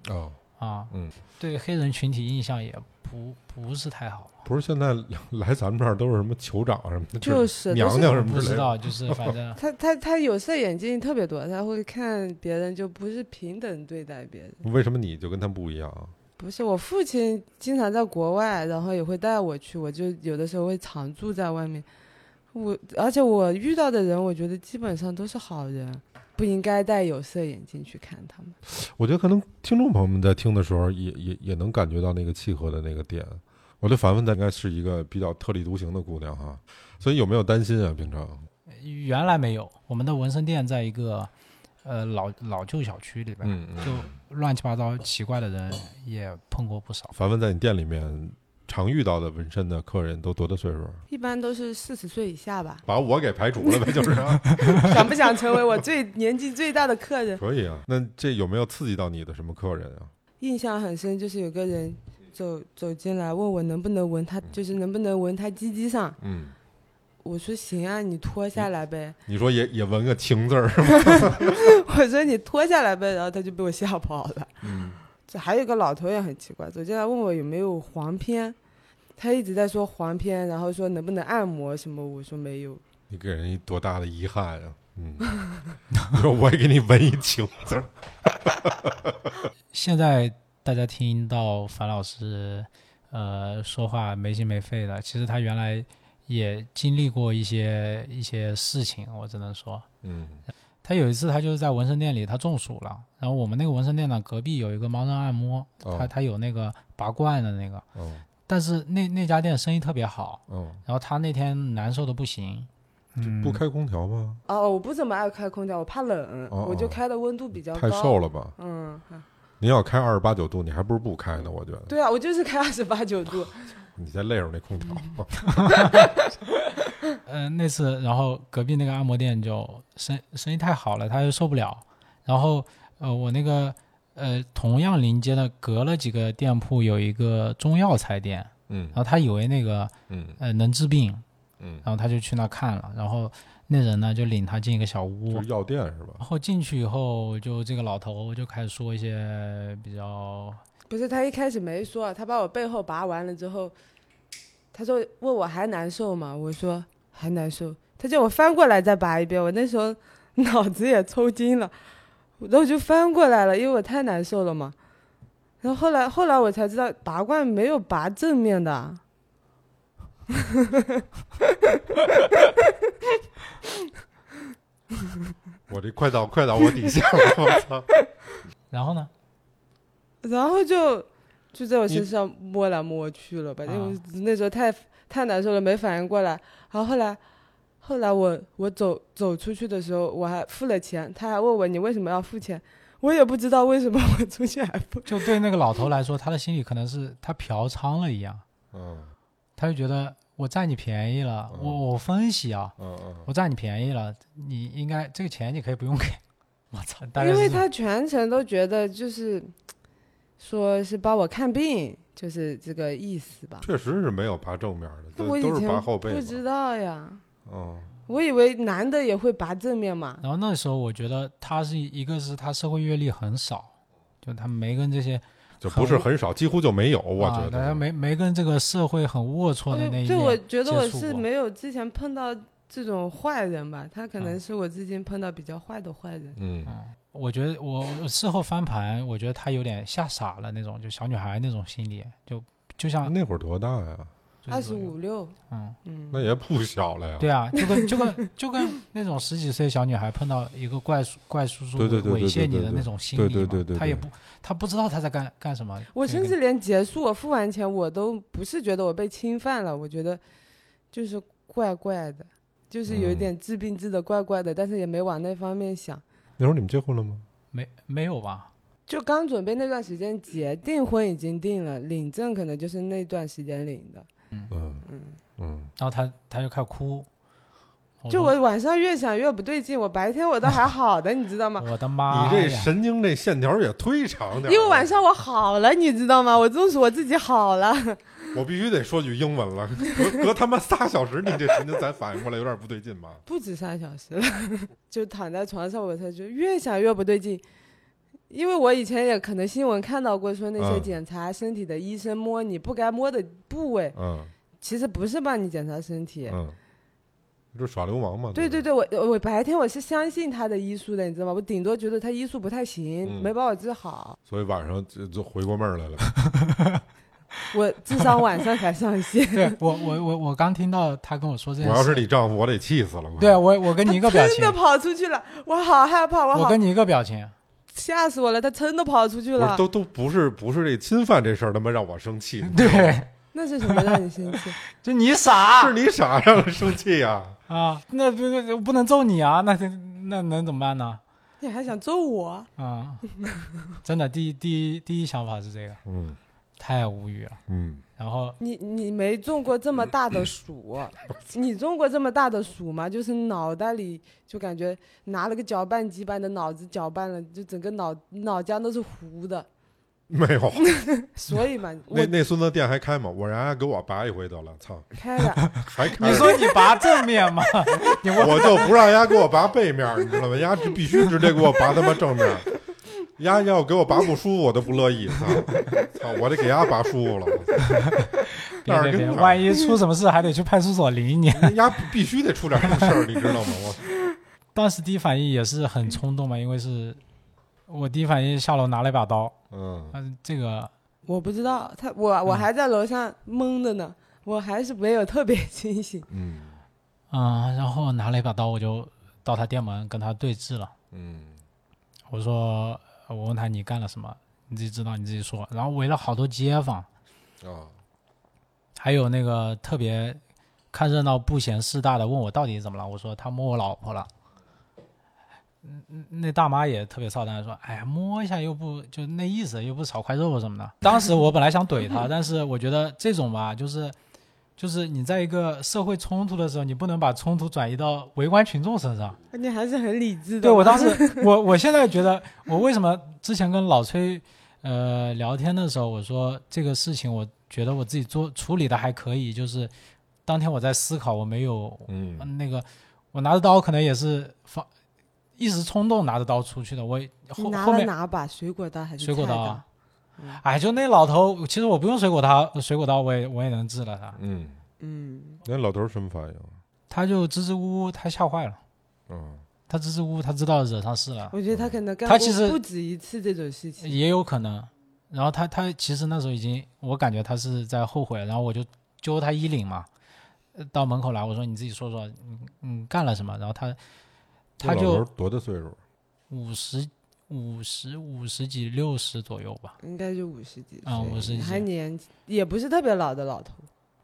Speaker 2: 哦，
Speaker 3: 啊，
Speaker 2: 嗯，
Speaker 3: 对黑人群体印象也不不是太好，
Speaker 2: 不是现在来咱们这儿都是什么酋长什么的，
Speaker 1: 就是是都
Speaker 2: 娘
Speaker 1: 是
Speaker 2: 娘什么
Speaker 3: 不
Speaker 2: 之
Speaker 3: 知
Speaker 2: 类的。
Speaker 3: 道，就是 反正
Speaker 1: 他他他有色眼镜特别多，他会看别人就不是平等对待别人。
Speaker 2: 为什么你就跟他不一样啊？
Speaker 1: 不是我父亲经常在国外，然后也会带我去，我就有的时候会常住在外面。我而且我遇到的人，我觉得基本上都是好人，不应该戴有色眼镜去看他们。
Speaker 2: 我觉得可能听众朋友们在听的时候也，也也能感觉到那个契合的那个点。我对凡凡她应该是一个比较特立独行的姑娘哈，所以有没有担心啊？平常
Speaker 3: 原来没有。我们的纹身店在一个呃老老旧小区里边，
Speaker 2: 嗯嗯
Speaker 3: 就乱七八糟奇怪的人也碰过不少。
Speaker 2: 凡凡在你店里面常遇到的纹身的客人都多大岁数啊？，
Speaker 1: 一般都是四十岁以下吧
Speaker 2: 把我给排除了呗，就是、啊。
Speaker 1: 想不想成为我最年纪最大的客 人？
Speaker 2: 可以啊，那这有没有刺激到你的什么客人啊？
Speaker 1: 印象很深，就是有个人走走进来问我能不能闻他，就是能不能闻他鸡鸡上。
Speaker 2: 嗯，
Speaker 1: 我说行啊，你脱下来呗。
Speaker 2: 你说也也纹个情字儿，
Speaker 1: 我说你脱下来呗，然后他就被我吓跑了。
Speaker 2: 嗯，
Speaker 1: 这还有一个老头也很奇怪，走进来问我有没有黄片，他一直在说黄片，然后说能不能按摩什么，我说没有。
Speaker 2: 你给人一多大的遗憾啊？嗯， 你说我也给你纹一情字儿，
Speaker 3: 现在大家听到樊老师呃说话没心没肺的，其实他原来也经历过一些一些事情，我只能说。
Speaker 2: 嗯
Speaker 3: 他有一次，他就是在纹身店里，他中暑了。然后我们那个纹身店呢，隔壁有一个盲人按摩，
Speaker 2: 哦
Speaker 3: 他他有那个拔罐的那个，
Speaker 2: 哦
Speaker 3: 但是那那家店生意特别好。
Speaker 2: 哦，
Speaker 3: 然后他那天难受的不行，嗯，
Speaker 2: 不开空调吗？
Speaker 1: 哦，我不怎么爱开空调，我怕冷，
Speaker 2: 哦
Speaker 1: 我就开的温度比较高。
Speaker 2: 太瘦了吧？
Speaker 1: 嗯，啊
Speaker 2: 您要开二十八九度，你还不如不开呢。我觉得
Speaker 1: 对啊，我就是开二十八九 度。
Speaker 2: 你再累着那空调，
Speaker 3: 呃，那次，然后隔壁那个按摩店就生生意太好了，他就受不了。然后，呃，我那个呃，同样临街的隔了几个店铺有一个中药材店，
Speaker 2: 嗯
Speaker 3: 然后他以为那个
Speaker 2: 嗯
Speaker 3: 呃能治病，
Speaker 2: 嗯，
Speaker 3: 然后他就去那看了，然后那人呢就领他进一个小屋
Speaker 2: 就，是药店是吧？
Speaker 3: 然后进去以后，就这个老头就开始说一些比较
Speaker 1: 不是，他一开始没说，他把我背后拔完了之后，他说问我还难受吗？我说还难受。他叫我翻过来再拔一遍，我那时候脑子也抽筋了，然后我就翻过来了，因为我太难受了嘛。然后后来后来我才知道，拔罐没有拔正面的啊。
Speaker 2: 我这快到快到我底线了， 我操！
Speaker 3: 然后呢，
Speaker 1: 然后就就在我
Speaker 3: 你
Speaker 1: 身上摸来摸去了吧，因
Speaker 3: 啊
Speaker 1: 为我那时候太太难受了，没反应过来。然后后来后来我我走走出去的时候，我还付了钱，他还问我你为什么要付钱，我也不知道为什么我出去还付。
Speaker 3: 就对那个老头来说，他的心里可能是他嫖娼了一样。
Speaker 2: 嗯，
Speaker 3: 他就觉得我占你便宜了，
Speaker 2: 嗯
Speaker 3: 我我分析啊，
Speaker 2: 嗯嗯，
Speaker 3: 我占你便宜了，你应该这个钱你可以不用给。 我操，大概
Speaker 1: 因为
Speaker 3: 是这种
Speaker 1: 他全程都觉得就是说是帮我看病，就是这个意思吧。
Speaker 2: 确实是没有拔正面的，
Speaker 1: 那
Speaker 2: 都
Speaker 1: 我以
Speaker 2: 都是拔
Speaker 1: 前
Speaker 2: 后背
Speaker 1: 不
Speaker 2: 的。
Speaker 1: 知道呀，
Speaker 2: 嗯
Speaker 1: 我以为男的也会拔正面嘛。
Speaker 3: 然后那时候我觉得他是一个是他社会阅历很少，就他没跟这些，
Speaker 2: 就不是很少，几乎就没有，我
Speaker 3: 啊
Speaker 2: 觉，
Speaker 3: 大家
Speaker 2: 得。
Speaker 3: 没没跟这个社会很龌龊的那一
Speaker 1: 对，嗯我
Speaker 3: 面，
Speaker 1: 觉得我
Speaker 3: 接触
Speaker 1: 是
Speaker 3: 过
Speaker 1: 没有之前碰到这种坏人吧，他可能
Speaker 3: 嗯
Speaker 1: 是我之前碰到比较坏的坏人。
Speaker 2: 嗯，
Speaker 3: 我觉得我我事后翻盘，我觉得他有点吓傻了那种，就小女孩那种心理，就就像
Speaker 2: 那会儿多大呀？
Speaker 1: 二十，五六，
Speaker 3: 嗯，
Speaker 1: 嗯，
Speaker 2: 那也不小了呀。
Speaker 3: 对啊，就跟就跟就跟那种十几岁小女孩碰到一个怪叔怪叔叔
Speaker 2: 对对对对
Speaker 3: 猥亵
Speaker 2: 对
Speaker 3: 你
Speaker 2: 对
Speaker 3: 的
Speaker 2: 对
Speaker 3: 那种心理
Speaker 2: 对
Speaker 3: 嘛，
Speaker 2: 对对对
Speaker 3: 他
Speaker 2: 对
Speaker 3: 也不他不知道他在干干什么，
Speaker 1: 我
Speaker 3: 这
Speaker 1: 甚
Speaker 3: 个
Speaker 1: 至连结束我付完钱，我都不是觉得我被侵犯了，我觉得就是怪怪的，就是有一
Speaker 2: 嗯
Speaker 1: 点治病治的怪怪的，但是也没往那方面想。
Speaker 2: 那会儿你们结婚了吗？
Speaker 3: 没没有吧？
Speaker 1: 就刚准备那段时间结，订婚已经定了，领证可能就是那段时间领的。
Speaker 2: 嗯嗯
Speaker 3: 然后他他就开始哭，
Speaker 1: 就
Speaker 3: 说
Speaker 1: 我晚上越想越不对劲，我白天我倒还好的，你知道吗？
Speaker 3: 我的
Speaker 2: 你
Speaker 3: 妈
Speaker 2: 这
Speaker 3: 呀！
Speaker 2: 神经这线条也忒长点儿
Speaker 1: 啊
Speaker 2: 了。
Speaker 1: 哎因为晚上我好了，你知道吗？我终于我自己好了。
Speaker 2: 我必须得说句英文了，隔隔他妈仨小时，你这神经才反应过来，有点不对劲吧？
Speaker 1: 不止三小时了， 就躺在床上，我才就越想越不对劲，因为我以前也可能新闻看到过，说那些
Speaker 2: 嗯
Speaker 1: 检查身体的医生摸你不该摸的部位，
Speaker 2: 嗯
Speaker 1: 其实不是帮你检查身体。
Speaker 2: 嗯，这耍流氓嘛？
Speaker 1: 对
Speaker 2: 这
Speaker 1: 对
Speaker 2: 是
Speaker 1: 对，我我白天我是相信他的医术的，你知道吗？我顶多觉得他医术不太行，
Speaker 2: 嗯
Speaker 1: 没把我治好，
Speaker 2: 所以晚上就就回过味儿来了。
Speaker 1: 我智商晚上才上线。
Speaker 3: 对我我我我刚听到他跟我说这
Speaker 2: 我
Speaker 3: 件事，
Speaker 2: 要是你丈夫，我得气死了。我
Speaker 1: 啊
Speaker 3: 对啊我我跟你一个表
Speaker 1: 真
Speaker 3: 情
Speaker 1: 的，跑出去了，我好害怕，我
Speaker 3: 我
Speaker 1: 好
Speaker 3: 跟你一个 表情，
Speaker 1: 吓死我了！他真的跑出去
Speaker 2: 不
Speaker 1: 了
Speaker 2: 是，都都不是不是这侵犯这事儿，他妈让我生气。
Speaker 1: 嗯
Speaker 3: 对，
Speaker 1: 那是什么让你生气？
Speaker 3: 就你傻
Speaker 2: 是你傻让人生气呀、
Speaker 3: 啊，那不不不能揍你啊，那那能怎么办呢？
Speaker 1: 你还想揍我？
Speaker 3: 啊，真的，第一第一第一想法是这个，
Speaker 2: 嗯
Speaker 3: 太无语了。
Speaker 2: 嗯，
Speaker 3: 然后
Speaker 1: 你你没中过这么大的 暑，你中过这么大的暑吗？就是脑袋里就感觉拿了个搅拌机把你的脑子搅拌了，就整个脑脑浆都是糊的。
Speaker 2: 没有。
Speaker 1: 所以嘛，我
Speaker 2: 那那孙子店还开吗？我让人家给我拔一回得了， 操，
Speaker 1: 开了，
Speaker 2: 还开
Speaker 3: 你
Speaker 2: 着。
Speaker 3: 说你拔正面吗？你问
Speaker 2: 我就不让人家给我拔背面儿，你知道吗？人家必须直接给我拔他妈正面儿， 人家要给我拔不舒服，我都不乐意。操，操，我得给人家拔舒服了。
Speaker 3: 别
Speaker 2: 哪儿
Speaker 3: 别别，
Speaker 2: 跟哪儿
Speaker 3: 万一出什么事还得去派出所领你。
Speaker 2: 人家必须得出点什么事儿，你知道吗？我
Speaker 3: 当时第一反应也是很冲动嘛，因为是我第一反应下楼拿了一把刀，
Speaker 2: 嗯，
Speaker 3: 但是这个
Speaker 1: 我不知道他，我我还在楼上懵着呢，我还是没有特别 清醒。
Speaker 2: 嗯
Speaker 3: 啊、然后拿了一把刀，我就到他店门跟他对峙了。
Speaker 2: 嗯
Speaker 3: 我说，呃我问他你干了什么，你自己知道你自己说。然后围了好多街坊，
Speaker 2: 啊，
Speaker 3: 还有那个特别看热闹不嫌事大的，问我到底怎么了，我说他摸我老婆了。嗯嗯，那大妈也特别操蛋，说：“哎呀，摸一下又不就那意思，又不是炒块肉什么的。”当时我本来想怼他，但是我觉得这种吧，就是就是你在一个社会冲突的时候，你不能把冲突转移到围观群众身上。
Speaker 1: 你还是很理智的嘛。
Speaker 3: 对我当时，我我现在觉得，我为什么之前跟老崔呃聊天的时候，我说这个事情，我觉得我自己做处理的还可以，就是当天我在思考，我没有、
Speaker 2: 嗯
Speaker 3: 那个，我拿着刀可能也是放一时冲动拿着刀出去的，我
Speaker 1: 你
Speaker 3: 后
Speaker 1: 拿
Speaker 3: 后
Speaker 1: 了
Speaker 3: 面
Speaker 1: 哪把水果刀还是
Speaker 3: 水果
Speaker 1: 菜
Speaker 3: 刀啊
Speaker 1: 嗯
Speaker 3: 哎，就那老头，其实我不用水果刀，水果刀我也我也能治了他，
Speaker 2: 嗯，
Speaker 1: 嗯，
Speaker 2: 那老头儿什么反应？
Speaker 3: 他就支支吾吾，他吓坏了，
Speaker 2: 嗯
Speaker 3: 他支支吾吾，他知道惹上事了。
Speaker 1: 我觉得他可能干
Speaker 3: 他
Speaker 1: 过
Speaker 3: 其实
Speaker 1: 不止一次这种事情。
Speaker 3: 也有可能。然后他他其实那时候已经，我感觉他是在后悔了，然后我就揪他衣领嘛，呃到门口来，我说你自己说说，你你干了什么？然后他
Speaker 2: 这
Speaker 3: 他
Speaker 2: 老头儿
Speaker 3: 就
Speaker 2: 多大岁数？
Speaker 3: 五十五十五十几六十左右吧，
Speaker 1: 应该就五十几岁，
Speaker 3: 啊50几
Speaker 1: 还年轻也不是特别老的老 头。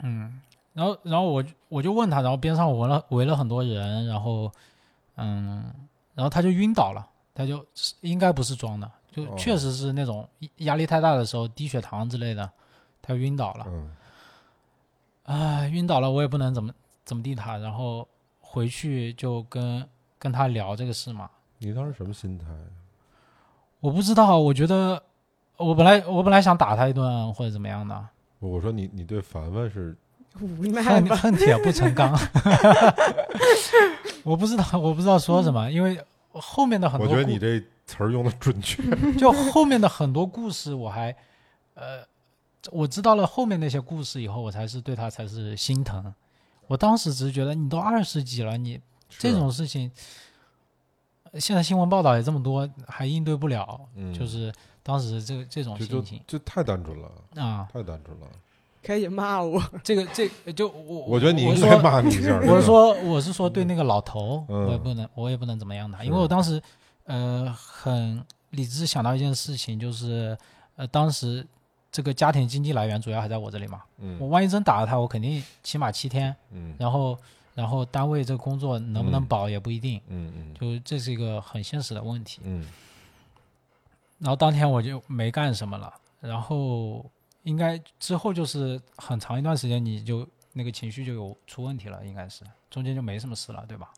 Speaker 3: 嗯，然后然后我就我就问他，然后边上围了围了很多人，然后嗯，然后他就晕倒了，他就应该不是装的，就
Speaker 2: 哦
Speaker 3: 确实是那种压力太大的时候低血糖之类的，他晕倒了。
Speaker 2: 嗯
Speaker 3: 啊、晕倒了，我也不能怎么怎么地他，然后回去就跟跟他聊这个事嘛。
Speaker 2: 你当时什么心态？
Speaker 3: 我不知道，我觉得我本来我本来想打他一顿或者怎么样的，
Speaker 2: 我我说你你对凡凡是
Speaker 1: 无奈
Speaker 3: 恨
Speaker 1: 吧，
Speaker 3: 恨铁不成钢。 我不知道，我不知道说什么，因为后面的很
Speaker 2: 我
Speaker 3: 多
Speaker 2: 觉
Speaker 3: 故，
Speaker 2: 得你这词儿用的准确。
Speaker 3: 就后面的很多故事，我还呃，我知道了后面那些故事以后，我才是对他才是心疼。我当时只是觉得你都二十几了，你这
Speaker 2: 是
Speaker 3: 种事情，呃现在新闻报道也这么多，还应对不了，
Speaker 2: 嗯
Speaker 3: 就是当时这这种
Speaker 2: 就就
Speaker 3: 心情
Speaker 2: 就太单纯了，
Speaker 3: 啊，
Speaker 2: 太单纯了。
Speaker 1: 可以骂我，
Speaker 3: 这个这就我
Speaker 2: 我觉得你
Speaker 3: 我
Speaker 2: 应
Speaker 3: 说
Speaker 2: 该骂你一下。真的
Speaker 3: 我是，说，我是说对那个老头，
Speaker 2: 嗯
Speaker 3: 我也不能，我也不能怎么样他，
Speaker 2: 是
Speaker 3: 因为我当时，呃，很理智想到一件事情，就是，呃，当时这个家庭经济来源主要还在我这里嘛，我
Speaker 2: 嗯
Speaker 3: 万一真打了他，我肯定起码七天，
Speaker 2: 嗯
Speaker 3: 然后，然后单位这个工作能不能
Speaker 2: 嗯
Speaker 3: 保也不一定，
Speaker 2: 嗯嗯
Speaker 3: 就这是一个很现实的问题。
Speaker 2: 嗯，
Speaker 3: 然后当天我就没干什么了，然后应该之后就是很长一段时间你就那个情绪就有出问题了，应该是中间就没什么事了，对吧？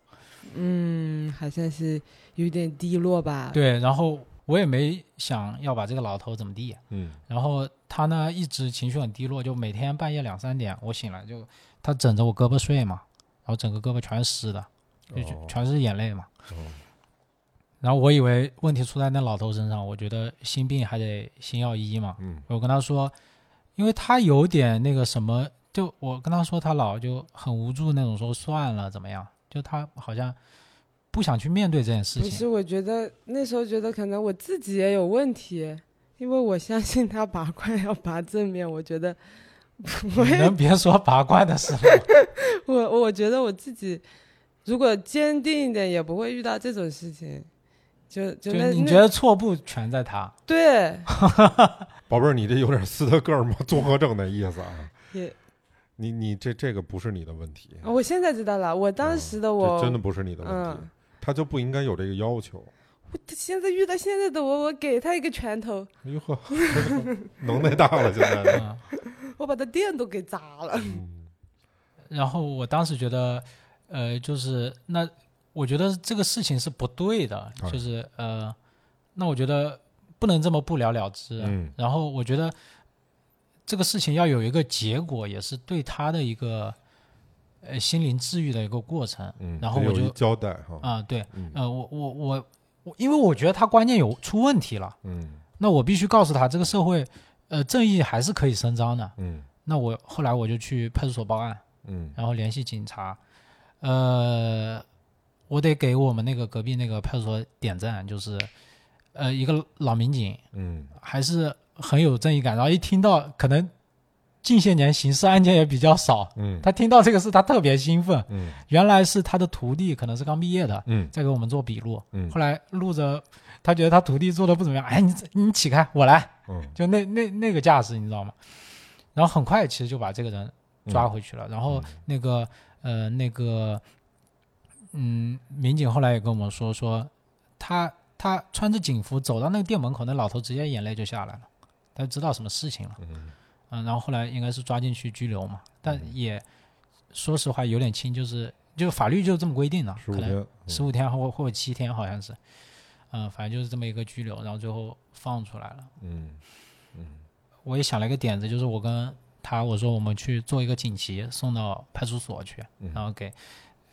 Speaker 1: 嗯，好像是有点低落吧。，
Speaker 3: 对，然后我也没想要把这个老头怎么地，
Speaker 2: 嗯
Speaker 3: 然后他呢一直情绪很低落，就每天半夜两三点我醒来就他枕着我胳膊睡嘛，然后整个胳膊全是湿的，就
Speaker 2: 哦
Speaker 3: 全是眼泪嘛。
Speaker 2: 哦
Speaker 3: 然后我以为问题出在那老头身上，我觉得心病还得心药医嘛。
Speaker 2: 嗯
Speaker 3: 我跟他说，因为他有点那个什么，就我跟他说他老就很无助那种，说算了怎么样？就他好像不想去面对这件事
Speaker 1: 不是，
Speaker 3: 情。
Speaker 1: 我觉得那时候觉得可能我自己也有问题，因为我相信他拔罐要拔正面，我觉得 我
Speaker 3: 你
Speaker 1: 也
Speaker 3: 能别说拔罐的事吗？
Speaker 1: 我我觉得我自己如果坚定一点，也不会遇到这种事情。就就
Speaker 3: 就
Speaker 1: 那
Speaker 3: 你
Speaker 1: 那
Speaker 3: 觉得错不全在他，
Speaker 1: 对，
Speaker 2: 宝贝儿，你这有点斯德哥尔摩综合症的意思啊。
Speaker 1: 也
Speaker 2: 你你这这个不是你的问题，
Speaker 1: 啊我现在知道了，我当时的我，
Speaker 2: 这真的不是你的问题
Speaker 1: 嗯，
Speaker 2: 他就不应该有这个要求。
Speaker 1: 我现在遇到现在的我，我给他一个拳头，
Speaker 2: 哎呦呵， 能耐大了现在 的。
Speaker 3: 嗯，
Speaker 1: 我把他电都给砸了。
Speaker 2: 嗯
Speaker 3: 然后我当时觉得，呃，就是那我觉得这个事情是不对的，
Speaker 2: 当然
Speaker 3: 就是呃，那我觉得不能这么不了了之，啊
Speaker 2: 嗯
Speaker 3: 然后我觉得这个事情要有一个结果，也是对他的一个呃心灵治愈的一个过程。
Speaker 2: 嗯，
Speaker 3: 然后
Speaker 2: 得
Speaker 3: 我
Speaker 2: 有
Speaker 3: 就
Speaker 2: 一交代哈。
Speaker 3: 啊、对，
Speaker 2: 嗯
Speaker 3: 呃，我我我我，因为我觉得他观念有出问题了，
Speaker 2: 嗯
Speaker 3: 那我必须告诉他，这个社会呃正义还是可以伸张的。
Speaker 2: 嗯
Speaker 3: 那我后来我就去派出所报案，
Speaker 2: 嗯
Speaker 3: 然后联系警察，呃，我得给我们那个隔壁那个派出所点赞，就是呃一个老民警，
Speaker 2: 嗯
Speaker 3: 还是很有正义感。然后一听到可能近些年刑事案件也比较少，
Speaker 2: 嗯
Speaker 3: 他听到这个事他特别兴奋。
Speaker 2: 嗯
Speaker 3: 原来是他的徒弟，可能是刚毕业的，
Speaker 2: 嗯
Speaker 3: 在给我们做笔录。
Speaker 2: 嗯
Speaker 3: 后来录着，他觉得他徒弟做的不怎么样，哎，你你起开，我来，
Speaker 2: 嗯，
Speaker 3: 就那那那个架势，你知道吗？然后很快其实就把这个人
Speaker 2: 嗯
Speaker 3: 抓回去了。然后那个呃那个嗯民警后来也跟我们说说，他他穿着警服走到那个店门口，那老头直接眼泪就下来了，他就知道什么事情了。
Speaker 2: 嗯
Speaker 3: 嗯，然后后来应该是抓进去拘留嘛，但
Speaker 2: 嗯
Speaker 3: 也、说实话有点轻，就是就法律就这么规定的，
Speaker 2: 十
Speaker 3: 可
Speaker 2: 五
Speaker 3: 能
Speaker 2: 天，嗯
Speaker 3: 十五天或或者七天好像是，嗯、反正就是这么一个拘留，然后最后放出来了。
Speaker 2: 嗯嗯
Speaker 3: 我也想了一个点子，就是我跟他我说我们去做一个锦旗送到派出所去，
Speaker 2: 嗯
Speaker 3: 然后给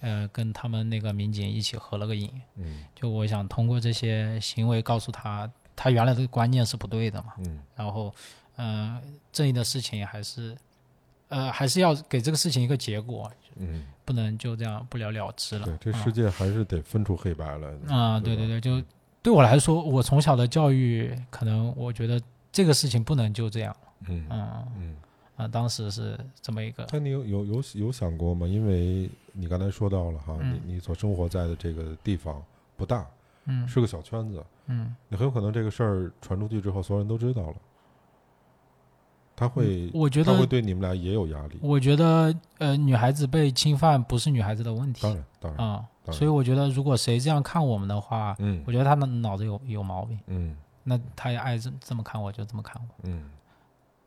Speaker 3: 呃跟他们那个民警一起合了个影。
Speaker 2: 嗯
Speaker 3: 就我想通过这些行为告诉他，他原来的观念是不对的嘛。
Speaker 2: 嗯
Speaker 3: 然后，呃，正义的事情还是呃还是要给这个事情一个结果，
Speaker 2: 嗯，
Speaker 3: 不能就这样不了了之了。
Speaker 2: 对，这
Speaker 3: 啊
Speaker 2: 世界还是得分出黑白来的。
Speaker 3: 啊、对
Speaker 2: 对
Speaker 3: 对
Speaker 2: 吧
Speaker 3: 对，就对我来说，我从小的教育，可能我觉得这个事情不能就这样，
Speaker 2: 嗯
Speaker 3: 嗯
Speaker 2: 嗯。
Speaker 3: 啊、当时是这么一个，
Speaker 2: 那你有有有有想过吗？因为你刚才说到了哈，
Speaker 3: 嗯
Speaker 2: 你你所生活在的这个地方不大，
Speaker 3: 嗯
Speaker 2: 是个小圈子，
Speaker 3: 嗯，
Speaker 2: 你很有可能这个事儿传出去之后，所有人都知道了，他会
Speaker 3: 嗯我觉
Speaker 2: 他会
Speaker 3: 得，
Speaker 2: 对你们俩也有压力。
Speaker 3: 我觉得，呃，女孩子被侵犯不是女孩子的问题
Speaker 2: 当然，当然，
Speaker 3: 啊、
Speaker 2: 当然
Speaker 3: 所以我觉得，如果谁这样看我们的话，
Speaker 2: 嗯
Speaker 3: 我觉得他的脑子有有毛病，
Speaker 2: 嗯
Speaker 3: 那他也爱这这么看我就这么看我，
Speaker 2: 嗯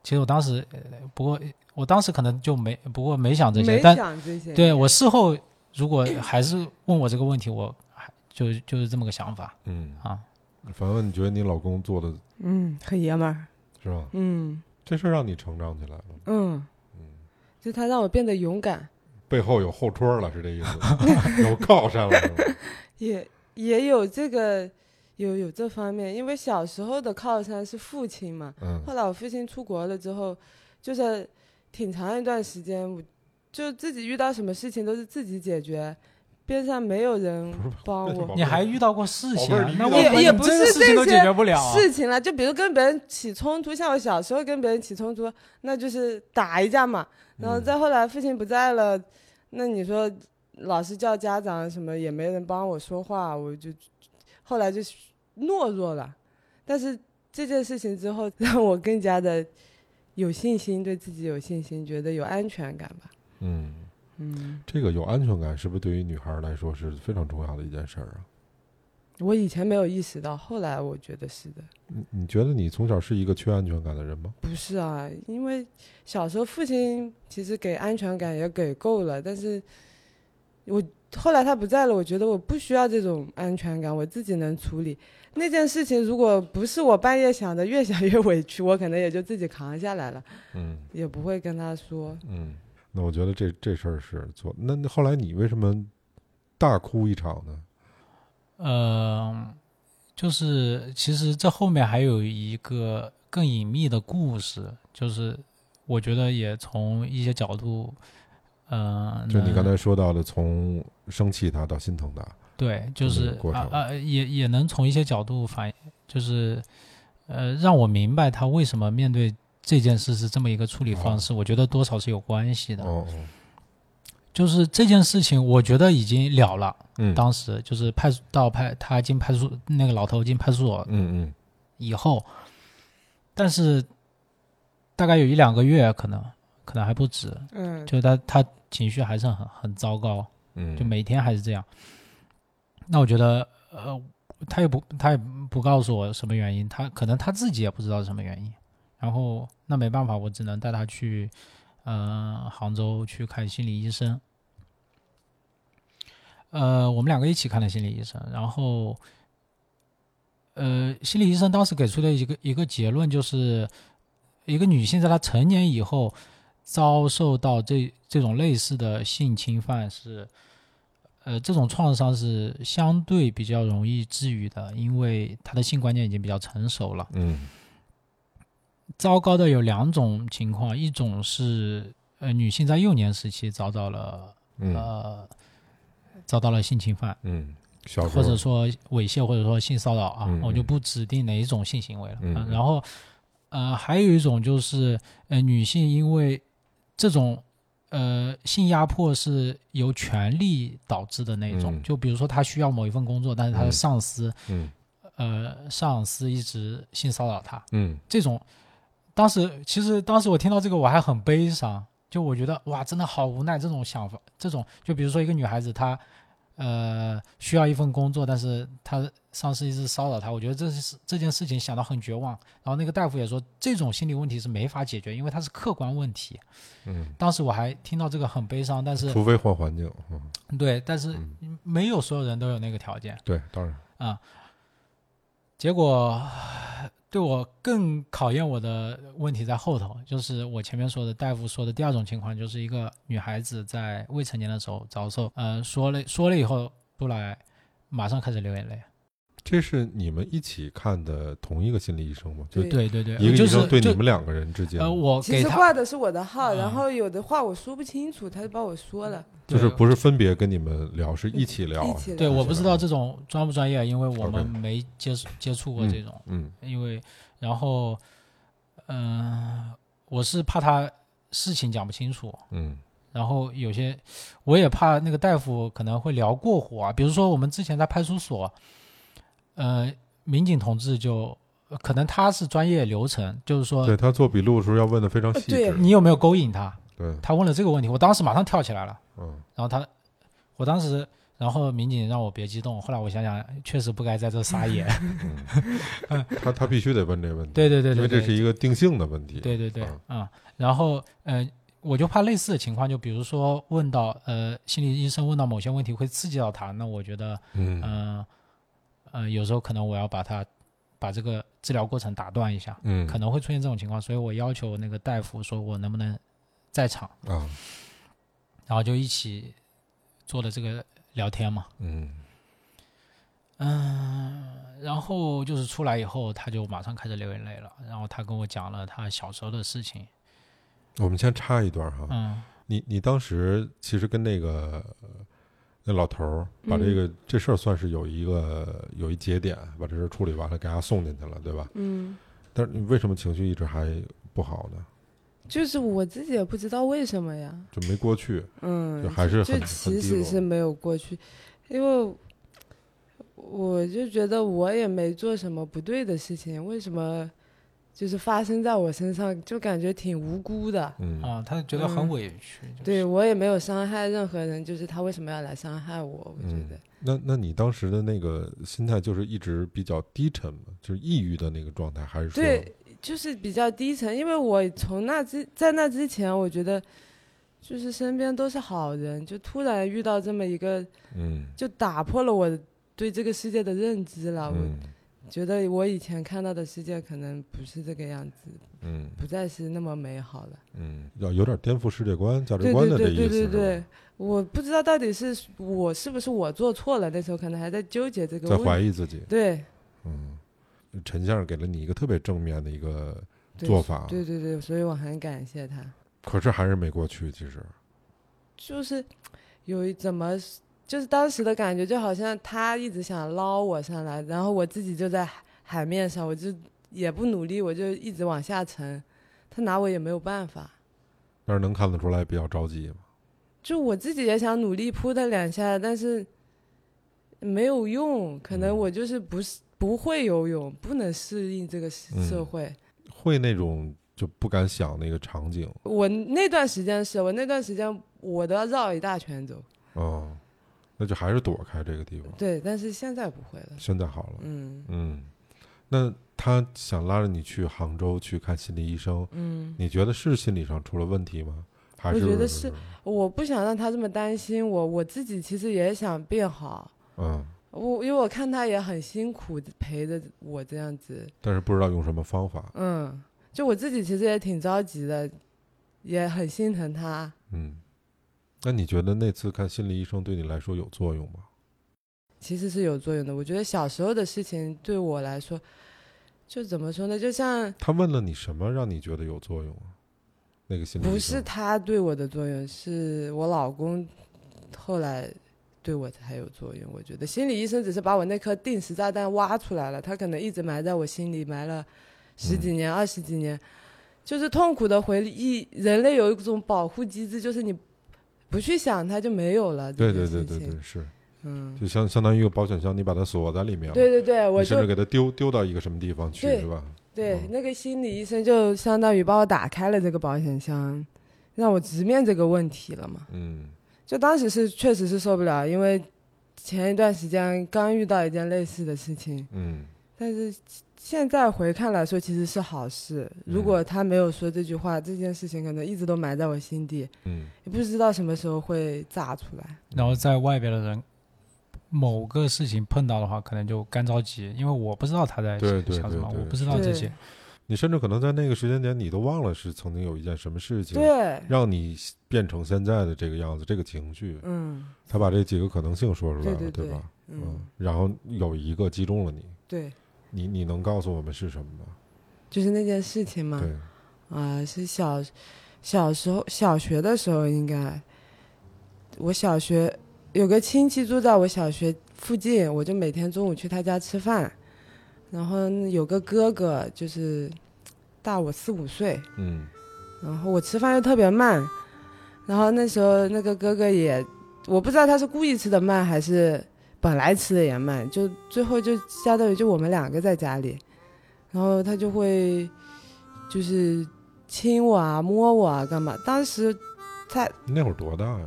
Speaker 3: 其实我当时，呃不过我当时可能就没，不过没想这些
Speaker 1: 没，
Speaker 3: 但
Speaker 1: 想这些。
Speaker 3: 对我事后如果还是问我这个问题，我还就就是这么个想法
Speaker 2: 嗯，
Speaker 3: 啊。
Speaker 2: 凡凡，你觉得你老公做的
Speaker 1: 嗯，很爷们儿，
Speaker 2: 是吧？
Speaker 1: 嗯
Speaker 2: 这事儿让你成长起来了，
Speaker 1: 嗯，就他让我变得勇敢，
Speaker 2: 背后有后戳了，是这意思？ 有靠山了，是吧？
Speaker 1: 也也有这个有有这方面，因为小时候的靠山是父亲嘛，
Speaker 2: 嗯
Speaker 1: 后来我父亲出国了之后，就是挺长一段时间，我就自己遇到什么事情都是自己解决，边上没有人帮
Speaker 2: 那是
Speaker 1: 我
Speaker 2: 宝。
Speaker 3: 你还遇到过事情、
Speaker 2: 宝贝儿
Speaker 3: 啊
Speaker 2: 你，
Speaker 3: 那
Speaker 2: 遇到
Speaker 3: 为什么
Speaker 1: 也也
Speaker 3: 你
Speaker 1: 不
Speaker 3: 这个
Speaker 1: 是
Speaker 3: 事情都
Speaker 1: 这
Speaker 3: 解
Speaker 1: 些
Speaker 3: 决不了啊、
Speaker 1: 事情了，就比如跟别人起冲突，像我小时候跟别人起冲突，那就是打一架嘛。然后再后来父亲不在了，那你说老是叫家长什么，也没人帮我说话，我就后来就懦弱了。但是这件事情之后，让我更加的有信心，对自己有信心，觉得有安全感吧。
Speaker 2: 嗯，
Speaker 1: 嗯，
Speaker 2: 这个有安全感是不是对于女孩来说是非常重要的一件事儿啊？
Speaker 1: 我以前没有意识到，后来我觉得是的。
Speaker 2: 你你觉得你从小是一个缺安全感的人吗？
Speaker 1: 不是啊，因为小时候父亲其实给安全感也给够了，但是我后来他不在了，我觉得我不需要这种安全感，我自己能处理那件事情。如果不是我半夜想的，越想越委屈，我可能也就自己扛下来了，
Speaker 2: 嗯
Speaker 1: 也不会跟他说。
Speaker 2: 嗯，那我觉得这这事儿是做。那那后来你为什么大哭一场呢？
Speaker 3: 呃，就是其实这后面还有一个更隐秘的故事，就是我觉得也从一些角度，呃，
Speaker 2: 就你
Speaker 3: 能
Speaker 2: 刚才说到的，从生气他到心疼他，
Speaker 3: 对，就
Speaker 2: 这么一
Speaker 3: 是
Speaker 2: 个过
Speaker 3: 啊
Speaker 2: 程
Speaker 3: 啊，也也能从一些角度反映，就是呃，让我明白他为什么面对这件事是这么一个处理
Speaker 2: 哦
Speaker 3: 方式，我觉得多少是有关系的。
Speaker 2: 哦哦，
Speaker 3: 就是这件事情，我觉得已经了了。
Speaker 2: 嗯
Speaker 3: 当时就是派出到派他进派出那个老头进派出所
Speaker 2: 嗯嗯
Speaker 3: 以后，但是大概有一两个月，可能可能还不止，
Speaker 1: 嗯，
Speaker 3: 就他他情绪还是很很糟糕，
Speaker 2: 嗯，
Speaker 3: 就每天还是这样。那我觉得，呃，他也不他也不告诉我什么原因，他可能他自己也不知道是什么原因。然后那没办法，我只能带他去，呃，杭州去看心理医生。呃，我们两个一起看了心理医生，然后，呃，心理医生当时给出的一个一个结论就是，一个女性在她成年以后遭受到这这种类似的性侵犯是，呃，这种创伤是相对比较容易治愈的，因为她的性观念已经比较成熟了。
Speaker 2: 嗯
Speaker 3: 糟糕的有两种情况，一种是呃女性在幼年时期遭到了
Speaker 2: 嗯
Speaker 3: 呃遭到了性侵犯，
Speaker 2: 嗯，小时
Speaker 3: 或
Speaker 2: 候
Speaker 3: 者说猥亵，或者说性骚扰啊，
Speaker 2: 嗯嗯
Speaker 3: 我就不指定哪一种性行为了。
Speaker 2: 嗯
Speaker 3: 啊
Speaker 2: 嗯
Speaker 3: 然后呃还有一种就是呃女性因为这种。呃，性压迫是由权力导致的那种，
Speaker 2: 嗯
Speaker 3: 就比如说她需要某一份工作，但是她的
Speaker 2: 嗯
Speaker 3: 上司，
Speaker 2: 嗯
Speaker 3: 呃，上司一直性骚扰她，
Speaker 2: 嗯
Speaker 3: 这种，当时其实当时我听到这个我还很悲伤，就我觉得哇，真的好无奈这种想法，这种就比如说一个女孩子她，呃，需要一份工作，但是她上司一直骚扰她，我觉得这是这件事情想到很绝望。然后那个大夫也说，这种心理问题是没法解决，因为它是客观问题。
Speaker 2: 嗯，
Speaker 3: 当时我还听到这个很悲伤，但是
Speaker 2: 除非换环境，嗯，
Speaker 3: 对，但是
Speaker 2: 嗯
Speaker 3: 没有所有人都有那个条件。
Speaker 2: 对，当然，
Speaker 3: 啊，结果唉对我更考验我的问题在后头，就是我前面说的大夫说的第二种情况，就是一个女孩子在未成年的时候遭受，呃，说了说了以后出来，马上开始流眼泪。
Speaker 2: 这是你们一起看的同一个心理医生吗？就
Speaker 1: 对
Speaker 3: 对对对，
Speaker 2: 一个
Speaker 3: 就
Speaker 2: 医生
Speaker 3: 是
Speaker 2: 对你
Speaker 3: 就
Speaker 2: 们两个人之间，
Speaker 3: 呃，我
Speaker 1: 其
Speaker 3: 给
Speaker 1: 实
Speaker 3: 他
Speaker 1: 挂的是我的号，
Speaker 3: 嗯
Speaker 1: 然后有的话我说不清楚，他就帮我说了，
Speaker 2: 就是
Speaker 3: 对
Speaker 2: 不是分别跟你们聊，是一起聊
Speaker 1: 一
Speaker 2: 啊，
Speaker 1: 起
Speaker 3: 对，
Speaker 1: 聊
Speaker 3: 我不知道这种专不专业，因为我
Speaker 2: OK
Speaker 3: 们没接触接触过
Speaker 2: 嗯
Speaker 3: 这种。
Speaker 2: 嗯
Speaker 3: 因为然后，嗯、我是怕他事情讲不清楚，
Speaker 2: 嗯
Speaker 3: 然后有些我也怕那个大夫可能会聊过火啊，比如说我们之前在派出所，呃，民警同志就呃可能他是专业流程，就是说
Speaker 2: 对他做笔录的时候要问的非常细
Speaker 1: 对
Speaker 2: 致，
Speaker 3: 你有没有勾引他？
Speaker 2: 对，
Speaker 3: 他问了这个问题，我当时马上跳起来了，
Speaker 2: 嗯
Speaker 3: 然后他，我当时。然后民警让我别激动，后来我想想，确实不该在这撒 野。
Speaker 2: 嗯他他必须得问这个问题，
Speaker 3: 对对对对，
Speaker 2: 因为这
Speaker 3: 对
Speaker 2: 是一个定性的问题。
Speaker 3: 对对对
Speaker 2: 嗯，
Speaker 3: 嗯，然后呃，我就怕类似的情况，就比如说问到呃，心理医生问到某些问题会刺激到他，那我觉得，
Speaker 2: 嗯
Speaker 3: 嗯呃，有时候可能我要把他把这个治疗过程打断一下，
Speaker 2: 嗯，
Speaker 3: 可能会出现这种情况，所以我要求那个大夫说我能不能在场，
Speaker 2: 啊，
Speaker 3: 然后就一起做了这个聊天嘛，
Speaker 2: 嗯
Speaker 3: 嗯，然后就是出来以后，他就马上开始流眼泪了，然后他跟我讲了他小时候的事情，
Speaker 2: 我们先插一段哈，
Speaker 3: 嗯。
Speaker 2: 你你当时其实跟那个呃那老头儿把
Speaker 1: 嗯
Speaker 2: 这个、这事儿算是有一个有一节点，把这事儿处理完了，给他送进去了，对吧？
Speaker 1: 嗯，
Speaker 2: 但是你为什么情绪一直还不好呢？
Speaker 1: 就是我自己也不知道为什么呀，
Speaker 2: 就没过去，
Speaker 1: 嗯
Speaker 2: 就，还是
Speaker 1: 这
Speaker 2: 很
Speaker 1: 其
Speaker 2: 很
Speaker 1: 实
Speaker 2: 低
Speaker 1: 是
Speaker 2: 落。
Speaker 1: 没有过去，因为我就觉得我也没做什么不对的事情，为什么就是发生在我身上，就感觉挺无辜的。
Speaker 2: 嗯，
Speaker 3: 啊，他觉得很
Speaker 1: 嗯
Speaker 3: 委屈。就是
Speaker 1: 对，我也没有伤害任何人，就是他为什么要来伤害我？我觉
Speaker 2: 嗯
Speaker 1: 得，
Speaker 2: 那那你当时的那个心态就是一直比较低沉吗？就是抑郁的那个状态，还是啊说
Speaker 1: 对，就是比较低沉，因为我从那之在那之前，我觉得就是身边都是好人，就突然遇到这么一个，
Speaker 2: 嗯
Speaker 1: 就打破了我对这个世界的认知了。啊我
Speaker 2: 嗯
Speaker 1: 觉得我以前看到的世界可能不是这个样子，
Speaker 2: 嗯
Speaker 1: 不再是那么美好了。
Speaker 2: 嗯，要有点颠覆世界观、价值
Speaker 1: 对
Speaker 2: 观
Speaker 1: 对
Speaker 2: 的这
Speaker 1: 对
Speaker 2: 意
Speaker 1: 对
Speaker 2: 思
Speaker 1: 对
Speaker 2: 是吧
Speaker 1: 对，我不知道到底是我是不是我做错了，那时候可能还在纠结这个
Speaker 2: 在
Speaker 1: 问
Speaker 2: 怀
Speaker 1: 题。
Speaker 2: 疑自己。
Speaker 1: 对，
Speaker 2: 嗯，陈先生给了你一个特别正面的一个
Speaker 1: 对
Speaker 2: 做法，啊
Speaker 1: 对对对，所以我很感谢他。
Speaker 2: 可是还是没过去。其实，
Speaker 1: 就是有一怎么，就是当时的感觉，就好像他一直想捞我上来，然后我自己就在海海面上，我就也不努力，我就一直往下沉，他拿我也没有办法。
Speaker 2: 但是能看得出来比较着急嘛。
Speaker 1: 就我自己也想努力扑他两下，但是没有用，可能
Speaker 2: 嗯
Speaker 1: 我就是不是不会游泳，不能适应这个社
Speaker 2: 嗯
Speaker 1: 社会。
Speaker 2: 会那种就不敢想那个场景
Speaker 1: 我那段时间是我那段时间我都要绕一大圈走，
Speaker 2: 哦，那就还是躲开这个地方。
Speaker 1: 对，但是现在不会了，
Speaker 2: 现在好了，
Speaker 1: 嗯
Speaker 2: 嗯，那他想拉着你去杭州去看心理医生，
Speaker 1: 嗯。
Speaker 2: 你觉得是心理上出了问题吗？还
Speaker 1: 我
Speaker 2: 是
Speaker 1: 觉得是，我不想让他这么担心我，我自己其实也想变好。
Speaker 2: 嗯，
Speaker 1: 我因为我看他也很辛苦陪着我这样子，
Speaker 2: 但是不知道用什么方法，
Speaker 1: 嗯，就我自己其实也挺着急的，也很心疼他。
Speaker 2: 嗯。那你觉得那次看心理医生对你来说有作用吗？
Speaker 1: 其实是有作用的。我觉得小时候的事情对我来说，就怎么说呢？就像
Speaker 2: 他问了你什么让你觉得有作用啊？那个心理医
Speaker 1: 不
Speaker 2: 生
Speaker 1: 是他对我的作用，是我老公后来对我才有作用。我觉得心理医生只是把我那颗定时炸弹挖出来了，他可能一直埋在我心里，埋了十
Speaker 2: 嗯
Speaker 1: 几年、二十几年，就是痛苦的回忆。人类有一种保护机制，就是你不去想它就没有了。
Speaker 2: 对
Speaker 1: 这
Speaker 2: 对
Speaker 1: 件
Speaker 2: 对
Speaker 1: 事
Speaker 2: 对
Speaker 1: 情
Speaker 2: 对，是，
Speaker 1: 嗯，
Speaker 2: 就相相当于一个保险箱，你把它锁在里面了，
Speaker 1: 对对对，我
Speaker 2: 你甚至
Speaker 1: 就
Speaker 2: 给它丢丢到一个什么地方去，
Speaker 1: 对
Speaker 2: 是吧？
Speaker 1: 对
Speaker 2: 嗯
Speaker 1: 那个心理医生就相当于帮我打开了这个保险箱，让我直面这个问题了嘛。
Speaker 2: 嗯
Speaker 1: 就当时是确实是受不了，因为前一段时间刚遇到一件类似的事情，
Speaker 2: 嗯
Speaker 1: 但是现在回看来说其实是好事。
Speaker 2: 嗯
Speaker 1: 如果他没有说这句话，这件事情可能一直都埋在我心底，
Speaker 2: 嗯
Speaker 1: 也不知道什么时候会炸出来。
Speaker 3: 然后在外边的人，某个事情碰到的话，可能就干着急，因为我不知道他在
Speaker 2: 对
Speaker 3: 想
Speaker 2: 对
Speaker 3: 想什么，
Speaker 2: 对对
Speaker 3: 我不知道这些。
Speaker 2: 你甚至可能在那个时间点，你都忘了是曾经有一件什么事情，
Speaker 1: 对，
Speaker 2: 让你变成现在的这个样子，这个情绪。
Speaker 1: 嗯
Speaker 2: 他把这几个可能性说出来了，
Speaker 1: 对对对
Speaker 2: 吧？
Speaker 1: 嗯，，
Speaker 2: 然后有一个击中了你，
Speaker 1: 对，
Speaker 2: 你你能告诉我们是什么吗？
Speaker 1: 就是那件事情嘛。
Speaker 2: 对，
Speaker 1: 啊、是小小时候小学的时候应该，我小学有个亲戚住在我小学附近，我就每天中午去他家吃饭。然后有个哥哥就是大我四五岁，
Speaker 2: 嗯
Speaker 1: 然后我吃饭又特别慢，然后那时候那个哥哥也，我不知道他是故意吃的慢还是本来吃的也慢，就最后就相当于就我们两个在家里，然后他就会就是亲我啊、摸我啊干嘛。当时在
Speaker 2: 那会儿多大呀？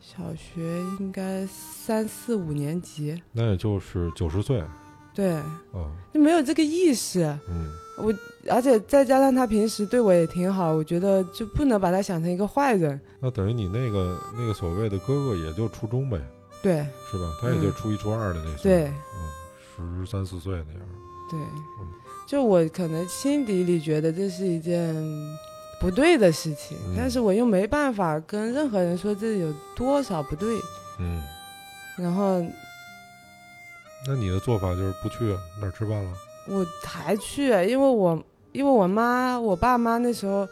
Speaker 1: 小小学应该三四五年级，
Speaker 2: 那也就是九十岁，
Speaker 1: 对，
Speaker 2: 嗯
Speaker 1: 就没有这个意识。
Speaker 2: 嗯
Speaker 1: 而且再加上他平时对我也挺好，我觉得就不能把他想成一个坏人。
Speaker 2: 那等于你那个那个所谓的哥哥也就初中呗，
Speaker 1: 对
Speaker 2: 是吧？他也就初一初二的那岁
Speaker 1: 嗯对
Speaker 2: 数，嗯，十三四岁那样。
Speaker 1: 对，就我可能心底里觉得这是一件不对的事情，
Speaker 2: 嗯
Speaker 1: 但是我又没办法跟任何人说这有多少不对。
Speaker 2: 嗯，
Speaker 1: 然后
Speaker 2: 那你的做法就是不去那儿吃饭了？
Speaker 1: 我还去，啊因为我因为我妈我爸妈那时候，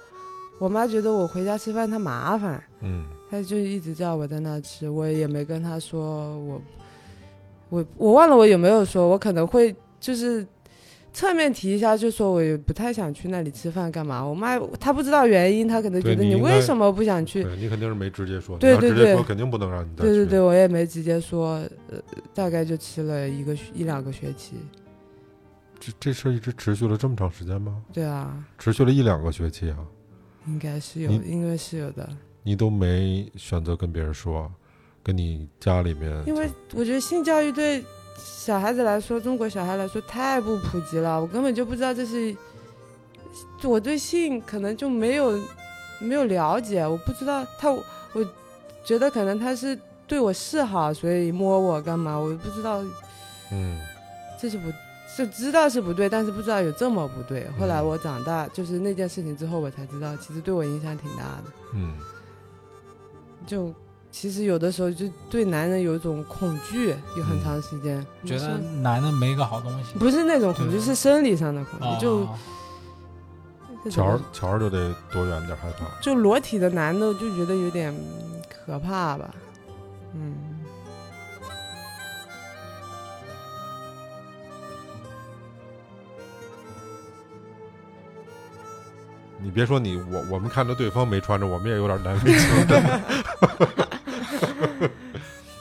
Speaker 1: 我妈觉得我回家吃饭她麻烦，
Speaker 2: 嗯
Speaker 1: 她就一直叫我在那吃，我也没跟她说我我我忘了我有没有说，我可能会就是侧面提一下，就说我也不太想去那里吃饭干嘛。我妈她不知道原因，她可能觉
Speaker 2: 对
Speaker 1: 得
Speaker 2: 你
Speaker 1: 你
Speaker 2: 应该
Speaker 1: 为什么不想去？
Speaker 2: 对你肯定是没直接说，
Speaker 1: 对
Speaker 2: 你要
Speaker 1: 对
Speaker 2: 直接
Speaker 1: 对
Speaker 2: 说肯定不能让你再去。
Speaker 1: 对对对，我也没直接说，呃，大概就吃了一个学一两个学期。
Speaker 2: 这这事儿一直持续了这么长时间吗？
Speaker 1: 对啊，
Speaker 2: 持续了一两个学期啊，
Speaker 1: 应该是有，
Speaker 2: 你
Speaker 1: 应该是有的。
Speaker 2: 你都没选择跟别人说，跟你家里面
Speaker 1: 因为我觉得性教育对小孩子来说，中国小孩来说太不普及了，我根本就不知道这是，就我对性可能就没有没有了解，我不知道他，我觉得可能他是对我示好，所以摸我干嘛，我不知道
Speaker 2: 嗯
Speaker 1: 这是不。就知道是不对，但是不知道有这么不对。后
Speaker 3: 嗯
Speaker 1: 来我长大，就是那件事情之后，我才知道，其实对我影响挺大的。
Speaker 2: 嗯
Speaker 1: 就其实有的时候就对男人有一种恐惧，有很长时间。
Speaker 3: 嗯觉得
Speaker 1: 是
Speaker 3: 男的没一个好东西。
Speaker 1: 不是那种恐
Speaker 3: 对
Speaker 1: 惧，是生理上的恐
Speaker 3: 啊
Speaker 1: 惧，就这
Speaker 2: 乔儿
Speaker 1: 种
Speaker 2: 乔儿就得躲远点儿害怕。
Speaker 1: 就裸体的男的，就觉得有点嗯可怕吧，嗯。
Speaker 2: 你别说你我我们看着对方没穿着，我们也有点难为情。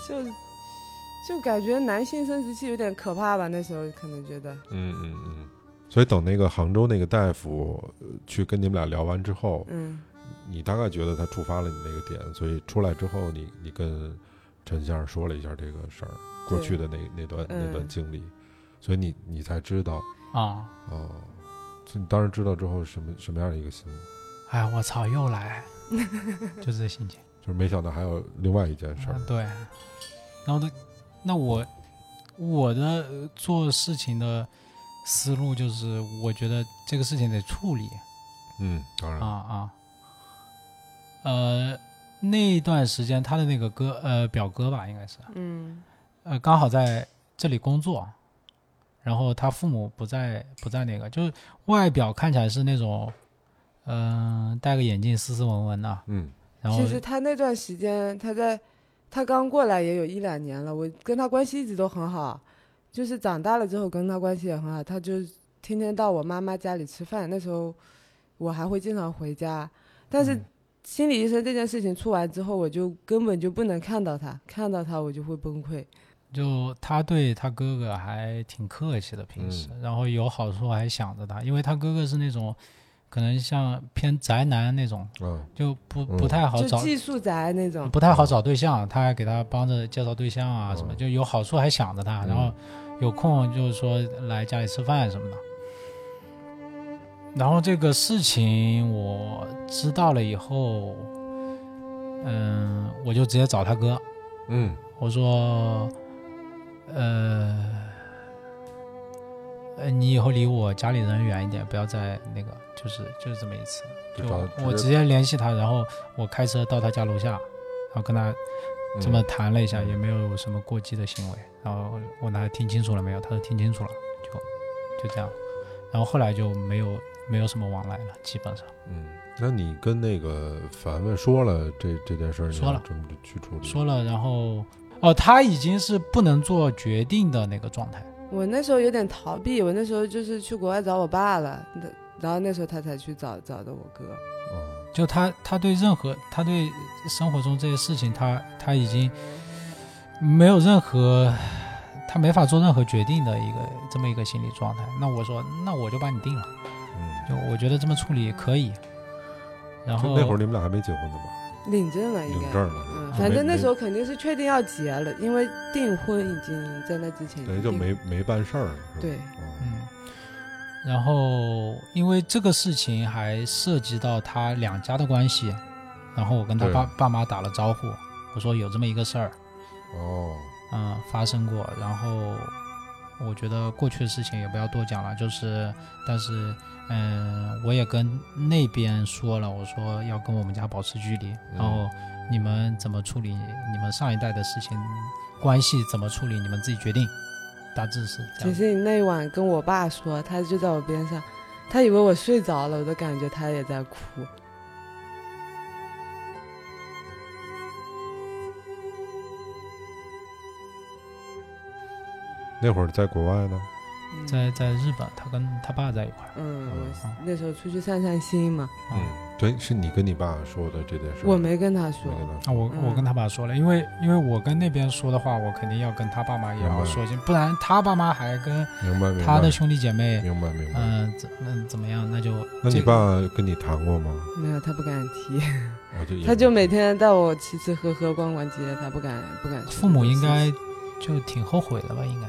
Speaker 1: 就就感觉男性生殖器有点可怕吧，那时候可能觉得，
Speaker 2: 嗯嗯嗯。 所以等那个杭州那个大夫呃去跟你们俩聊完之后，
Speaker 1: 嗯，
Speaker 2: 你大概觉得他触发了你那个点，所以出来之后你，你跟陈先生说了一下这个事儿，过去的那那段
Speaker 1: 嗯
Speaker 2: 那段经历，所以你你才知道
Speaker 3: 啊，
Speaker 2: 哦，所以你当时知道之后什么什么样的一个心，
Speaker 3: 哎，我操，又来，就这心情。
Speaker 2: 就是没想到还有另外一件事儿
Speaker 3: 啊，对，然后他，那我我的呃做事情的思路就是，我觉得这个事情得处理
Speaker 2: 嗯，当
Speaker 3: 啊
Speaker 2: 然，
Speaker 3: 啊。呃，那一段时间他的那个哥呃表哥吧，应该是
Speaker 1: 嗯，
Speaker 3: 呃刚好在这里工作，然后他父母不在不在那个，就是外表看起来是那种，嗯、戴个眼镜斯斯文文的，
Speaker 2: 嗯
Speaker 3: 然后
Speaker 1: 其实他那段时间，他在他刚过来也有一两年了，我跟他关系一直都很好，就是长大了之后跟他关系也很好，他就天天到我妈妈家里吃饭，那时候我还会经常回家，但是
Speaker 3: 嗯
Speaker 1: 心理医生这件事情出完之后，我就根本就不能看到他，看到他我就会崩溃。
Speaker 3: 就他对他哥哥还挺客气的，平时，
Speaker 1: 嗯
Speaker 3: 然后有好处还想着他，因为他哥哥是那种，可能像偏宅男那种，
Speaker 2: 啊，
Speaker 3: 就不
Speaker 2: 嗯
Speaker 3: 不太好
Speaker 1: 就
Speaker 3: 找，
Speaker 1: 技术宅那种，
Speaker 3: 不太好找对象，他还给他帮着介绍对象啊
Speaker 2: 嗯
Speaker 3: 什么，就有好处还想着他，
Speaker 2: 嗯
Speaker 3: 然后有空就是说来家里吃饭什么的。然后这个事情我知道了以后，嗯，我就直接找他哥，
Speaker 2: 嗯
Speaker 3: 我说，呃，呃，你以后离我家里人远一点，不要再那个，就是就是这么一次，
Speaker 2: 就
Speaker 3: 就
Speaker 2: 找
Speaker 3: 我
Speaker 2: 直接
Speaker 3: 我直接联系他，然后我开车到他家楼下，然后跟他
Speaker 2: 嗯
Speaker 3: 这么谈了一下，也没有什么过激的行为，然后问他听清楚了没有，他说听清楚了，就就这样，然后后来就没有没有什么往来了，基本上
Speaker 2: 嗯，那你跟那个凡凡说了这这件事儿，你
Speaker 3: 说了
Speaker 2: 要这么去处理，
Speaker 3: 说了，然后哦，他已经是不能做决定的那个状态。
Speaker 1: 我那时候有点逃避，我那时候就是去国外找我爸了，那然后那时候他才去找找的我哥。
Speaker 2: 啊，
Speaker 3: 就他他对任何他对生活中这些事情，他他已经没有任何他没法做任何决定的一个这么一个心理状态。那我说，那我就把你定了，
Speaker 2: 嗯
Speaker 3: 就我觉得这么处理可以。然
Speaker 2: 就
Speaker 3: 后
Speaker 2: 那会儿你们俩还没结婚呢吧？
Speaker 1: 领证了，应
Speaker 2: 领
Speaker 1: 该
Speaker 2: 证。了，
Speaker 1: 嗯，
Speaker 2: 就
Speaker 1: 反
Speaker 2: 啊没
Speaker 1: 正那
Speaker 2: 没
Speaker 1: 时候肯定是确定要结了，因为订婚已经在那之前已
Speaker 2: 等于
Speaker 1: 经
Speaker 2: 就
Speaker 1: 订
Speaker 2: 没没办事儿，是吧
Speaker 1: 对，
Speaker 2: 哦
Speaker 3: 嗯，然后因为这个事情还涉及到他两家的关系，然后我跟他
Speaker 2: 对
Speaker 3: 爸爸妈打了招呼，我说有这么一个事儿，
Speaker 2: 哦，
Speaker 3: 嗯，发生过，然后我觉得过去的事情也不要多讲了，就是，但是，嗯、我也跟那边说了，我说要跟我们家保持距离，然后你们怎么处理你们上一代的事情，关系怎么处理，你们自己决定，大致是这
Speaker 1: 其
Speaker 3: 样。
Speaker 1: 实你那晚跟我爸说，他就在我边上，他以为我睡着了，我都感觉他也在哭。
Speaker 2: 那会儿在国外呢，
Speaker 3: 啊
Speaker 1: 嗯
Speaker 3: 在在日本，他跟他爸在一块儿，啊
Speaker 1: 嗯，我那时候出去散散心嘛，
Speaker 3: 嗯
Speaker 2: 嗯，对，是你跟你爸说的这件事儿，
Speaker 1: 我没跟他说
Speaker 2: 没。跟他
Speaker 3: 啊，我我
Speaker 1: 嗯
Speaker 3: 跟他爸说了，因为因为我跟那边说的话，我肯定要跟他爸妈也
Speaker 2: 明
Speaker 3: 要
Speaker 2: 白
Speaker 3: 说一下，不然他爸妈还跟
Speaker 2: 说，明白明白，
Speaker 3: 他的兄弟姐妹，
Speaker 2: 明白明白。
Speaker 3: 嗯，怎嗯怎么样？那就
Speaker 2: 那你
Speaker 3: 这个
Speaker 2: 爸跟你谈过吗？
Speaker 1: 没有，他不敢提，
Speaker 2: 我就
Speaker 1: 他就每天带我吃吃喝喝逛逛街，他不敢不敢说这个事情。
Speaker 3: 父母应该就挺后悔的吧？应该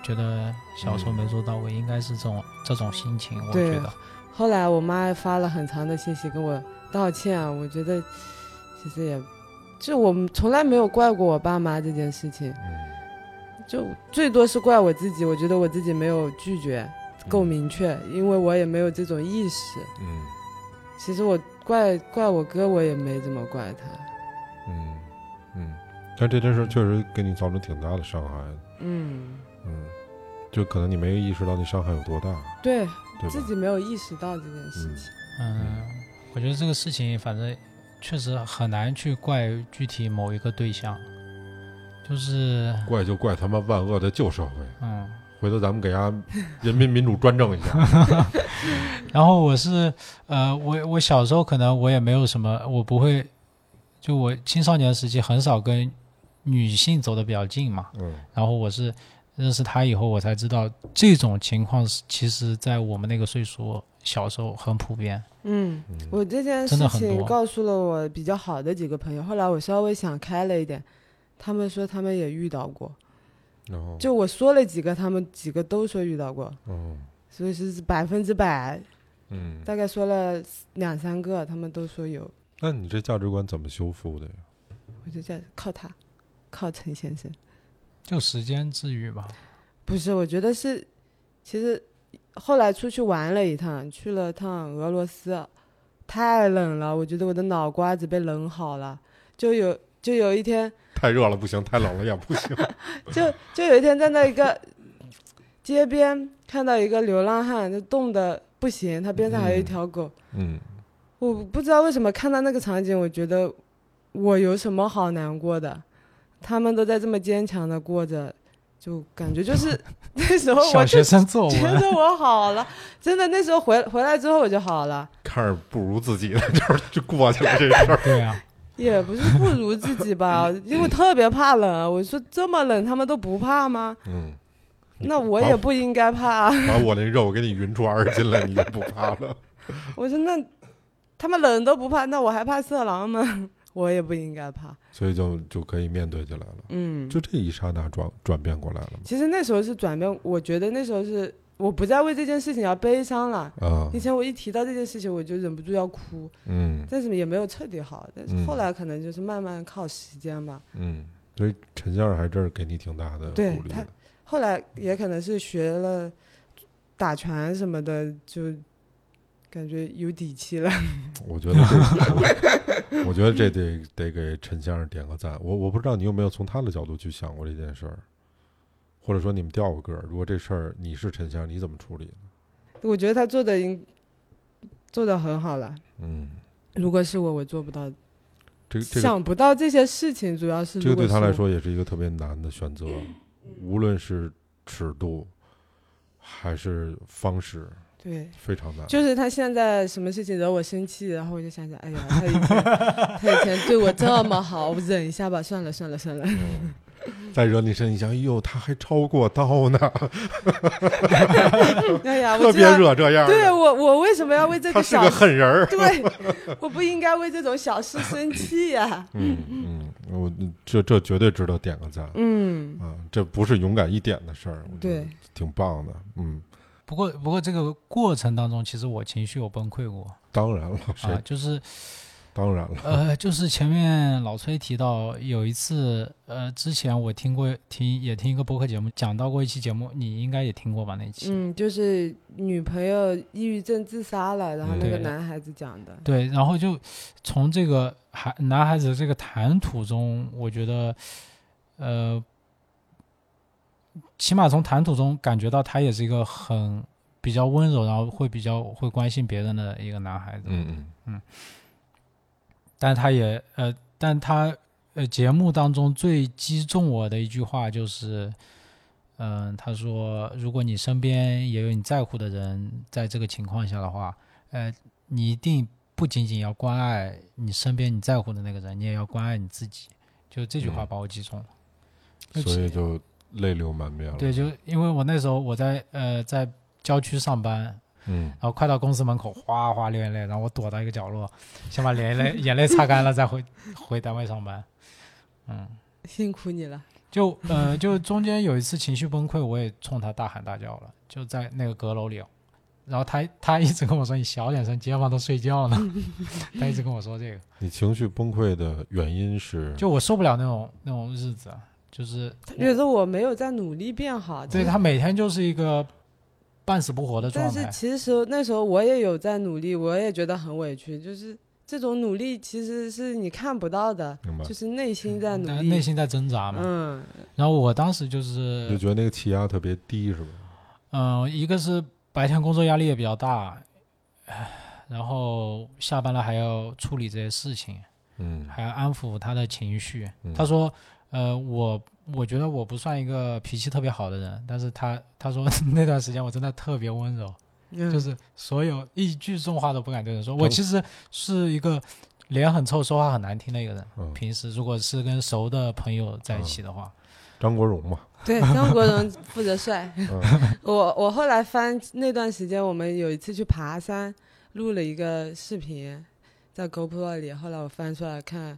Speaker 3: 觉得小
Speaker 2: 嗯
Speaker 3: 时候没做到位，应该是这种这种心情。我
Speaker 1: 对
Speaker 3: 觉得，
Speaker 1: 后来我妈发了很长的信息跟我道歉，啊我觉得其实也，就我们从来没有怪过我爸妈这件事情，
Speaker 2: 嗯
Speaker 1: 就最多是怪我自己，我觉得我自己没有拒绝够明确，因为我也没有这种意识。
Speaker 2: 嗯
Speaker 1: 其实我怪怪我哥，我也没怎么怪他。
Speaker 2: 嗯嗯，但这件事确实给你造成挺大的伤害，
Speaker 1: 嗯，
Speaker 2: 嗯，就可能你没有意识到你伤害有多大，
Speaker 1: 对
Speaker 2: 对
Speaker 1: 自
Speaker 2: 吧？
Speaker 1: 己没有意识到这件事情。
Speaker 3: 嗯，我觉得这个事情反正确实很难去怪具体某一个对象，就是
Speaker 2: 怪就怪他妈万恶的旧社会，
Speaker 3: 嗯。
Speaker 2: 回头咱们给家人民民主专政一下，
Speaker 3: 然后我是呃，我我小时候可能我也没有什么，我不会，就我青少年时期很少跟女性走的比较近嘛。
Speaker 2: 嗯
Speaker 3: 然后我是认识他以后，我才知道这种情况是其实，在我们那个岁数，小时候很普遍。
Speaker 1: 嗯，
Speaker 2: 嗯
Speaker 1: 我这件
Speaker 3: 真的
Speaker 1: 事
Speaker 3: 很
Speaker 1: 情
Speaker 3: 多
Speaker 1: 告诉了我比较好的几个朋友，后来我稍微想开了一点，他们说他们也遇到过。
Speaker 2: 然后
Speaker 1: 就我说了几个，他们几个都说遇到过，
Speaker 2: 嗯
Speaker 1: 所以是百分之百，
Speaker 2: 嗯，
Speaker 1: 大概说了两三个，他们都说有，
Speaker 2: 那你这价值观怎么修复的呀？
Speaker 1: 我就在靠他，靠陈先生。
Speaker 3: 就时间治愈吧，
Speaker 1: 不是，我觉得是，其实后来出去玩了一趟，去了趟俄罗斯，太冷了，我觉得我的脑瓜子被冷好了，就有就有一天，
Speaker 2: 太热了不行，太冷了也不行，
Speaker 1: 就就有一天站在一个街边看到一个流浪汉，就冻得不行，他边上还有一
Speaker 2: 嗯
Speaker 1: 条狗。
Speaker 2: 嗯
Speaker 1: 我不知道为什么看到那个场景，我觉得我有什么好难过的？他们都在这么坚强的过着，就感觉就是 那时候我
Speaker 3: 小
Speaker 1: 就
Speaker 3: 学生 作
Speaker 1: 觉
Speaker 3: 文。
Speaker 1: 得我好了，真的那时候回回来之后我就好了，
Speaker 2: 看着不如自己的 就是就过去了这事儿，
Speaker 3: 对啊，
Speaker 1: 也不是不如自己吧，
Speaker 3: 嗯
Speaker 1: 因为我特别怕冷。啊我说这么冷，他们都不怕吗？
Speaker 2: 嗯，
Speaker 1: 那我也不应该怕啊、
Speaker 2: 把我那肉给你匀出二十斤来，你就不怕 了。
Speaker 1: 我说那他们冷都不怕，那我还怕色狼吗？ 我也不应该怕。
Speaker 2: 所以就就可以面对起来了。
Speaker 1: 嗯，
Speaker 2: 就这一刹那转转变过来了嘛？
Speaker 1: 其实那时候是转变，我觉得那时候是我不再为这件事情而悲伤了。
Speaker 2: 啊，
Speaker 1: 以前我一提到这件事情，我就忍不住要哭，
Speaker 2: 嗯
Speaker 1: 但是也没有彻底好。但是
Speaker 2: 嗯
Speaker 1: 后来可能就是慢慢靠时间吧。
Speaker 2: 嗯，所以陈先生还真是给你挺大的
Speaker 1: 对
Speaker 2: 鼓励
Speaker 1: 他
Speaker 2: 的。
Speaker 1: 后来也可能是学了打拳什么的，就感觉有底气了。
Speaker 2: 我觉得这，我我觉得这得得给陈先生点个赞。我我不知道你有没有从他的角度去想过这件事儿，或者说你们调个个儿，如果这事儿你是陈先生，你怎么处理呢？
Speaker 1: 我觉得他做的应做的很好了。
Speaker 2: 嗯，
Speaker 1: 如果是我，我做不到，
Speaker 2: 这个这个
Speaker 1: 想不到这些事情，主要是
Speaker 2: 这个
Speaker 1: 如果
Speaker 2: 对他
Speaker 1: 是
Speaker 2: 来
Speaker 1: 我
Speaker 2: 说也是一个特别难的选择，无论是尺度还是方式，
Speaker 1: 对。
Speaker 2: 非常难。
Speaker 1: 就是他现在什么事情惹我生气，然后我就想想，哎呀， 他以前他以前对我这么好，我忍一下吧，算了算了算了。
Speaker 2: 嗯，再惹你生气，想，哎呦，他还超过刀呢，
Speaker 1: 哎呀，
Speaker 2: 特
Speaker 1: 啊我知
Speaker 2: 别
Speaker 1: 道，
Speaker 2: 惹这样的。
Speaker 1: 对我我为什么要为这
Speaker 2: 他
Speaker 1: 个
Speaker 2: 是
Speaker 1: 小
Speaker 2: 个狠人儿。
Speaker 1: 对，我不应该为这种小事生气呀、
Speaker 2: 嗯嗯，我这这绝对值得点个赞
Speaker 1: 嗯，
Speaker 2: 啊！这不是勇敢一点的事儿，我觉得
Speaker 1: 对
Speaker 2: 挺棒的。嗯，
Speaker 3: 不过不过这个过程当中，其实我情绪有崩溃过
Speaker 2: 当然了，谁、
Speaker 3: 啊，就是
Speaker 2: 当然了，
Speaker 3: 呃，就是前面老崔提到有一次，呃，之前我听过听也听一个播客节目，讲到过一期节目，你应该也听过吧那期？
Speaker 1: 嗯，就是女朋友抑郁症自杀了，然后那个
Speaker 3: 嗯
Speaker 1: 男孩子讲的，
Speaker 3: 对，然后就从这个孩男孩子的这个谈吐中，我觉得，呃，起码从谈吐中感觉到他也是一个很比较温柔，然后会比较会关心别人的一个男孩子。
Speaker 2: 嗯嗯。
Speaker 3: 但他也呃，但他呃，节目当中最击中我的一句话就是，嗯、他说，如果你身边也有你在乎的人，在这个情况下的话，呃，你一定不仅仅要关爱你身边你在乎的那个人，你也要关爱你自己。就这句话
Speaker 2: 嗯
Speaker 3: 把我击中了。
Speaker 2: 所以就泪流满面了。
Speaker 3: 对，就因为我那时候我在呃在郊区上班，
Speaker 2: 嗯，
Speaker 3: 然后快到公司门口，哗哗流眼泪，然后我躲到一个角落，先把眼泪眼泪擦干了，再回回单位上班。嗯，
Speaker 1: 辛苦你了。
Speaker 3: 就呃，就中间有一次情绪崩溃，我也冲他大喊大叫了，就在那个阁楼里哦。然后他他一直跟我说：“你小点声，街坊都睡觉呢。”他一直跟我说这个，
Speaker 2: 你情绪崩溃的原因是
Speaker 3: 就我受不了那种那种日子，啊，就是
Speaker 1: 他觉得我没有在努力变好，
Speaker 3: 对他每天就是一个半死不活的状
Speaker 1: 但是
Speaker 3: 态。
Speaker 1: 其实那时候我也有在努力，我也觉得很委屈，就是这种努力其实是你看不到的，
Speaker 2: 明白
Speaker 1: 就，是内心在努
Speaker 3: 嗯但
Speaker 1: 力，
Speaker 3: 内心在挣扎嘛，
Speaker 1: 嗯，
Speaker 3: 然后我当时就，
Speaker 2: 你就是觉得那个气压特别低是吧？
Speaker 3: 嗯，一个是白天工作压力也比较大，唉然后下班了还要处理这些事情，
Speaker 2: 嗯
Speaker 3: 还要安抚他的情绪
Speaker 2: 嗯。
Speaker 3: 他说：“呃，我我觉得我不算一个脾气特别好的人，但是他他说 那段时间我真的特别温柔，
Speaker 2: 嗯
Speaker 1: 就
Speaker 3: 就是所有一句重话都不敢对人说。
Speaker 2: 他
Speaker 3: 我其实是一个脸很臭、说话很难听的一个人。
Speaker 2: 嗯，
Speaker 3: 平时如果是跟熟的朋友在一起的话，
Speaker 2: 张国荣嘛，
Speaker 1: 对，张国荣负责帅。
Speaker 2: 嗯
Speaker 1: 我我后来翻那段时间，我们有一次去爬山，录了一个视频，在 GoPro 里。后来我翻出来看，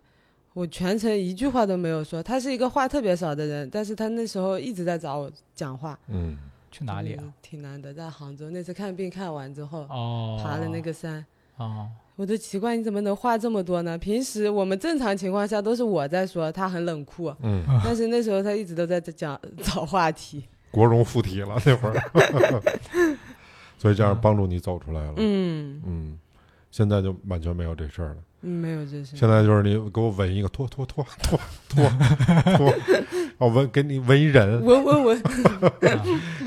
Speaker 1: 我全程一句话都没有说。他是一个话特别少的人，但是他那时候一直在找我讲话。
Speaker 2: 嗯，
Speaker 3: 去哪里啊
Speaker 1: 嗯？挺难得，在杭州那次看病看完之后，
Speaker 3: 哦，
Speaker 1: 爬了那 个山。
Speaker 3: 哦，
Speaker 1: 我都奇怪你怎么能话这么多呢？平时我们正常情况下都是我在说，他很冷酷，
Speaker 2: 嗯，
Speaker 1: 但是那时候他一直都在讲找话题。
Speaker 2: 国荣附体了那会儿， 所以这样帮助你走出来了。
Speaker 1: 嗯，
Speaker 2: 嗯，现在就完全没有这事儿了。
Speaker 1: 嗯没有这事。
Speaker 2: 现在就是你给我纹一个，脱脱脱脱 脱脱，哦纹给你纹一人，
Speaker 1: 闻闻 闻，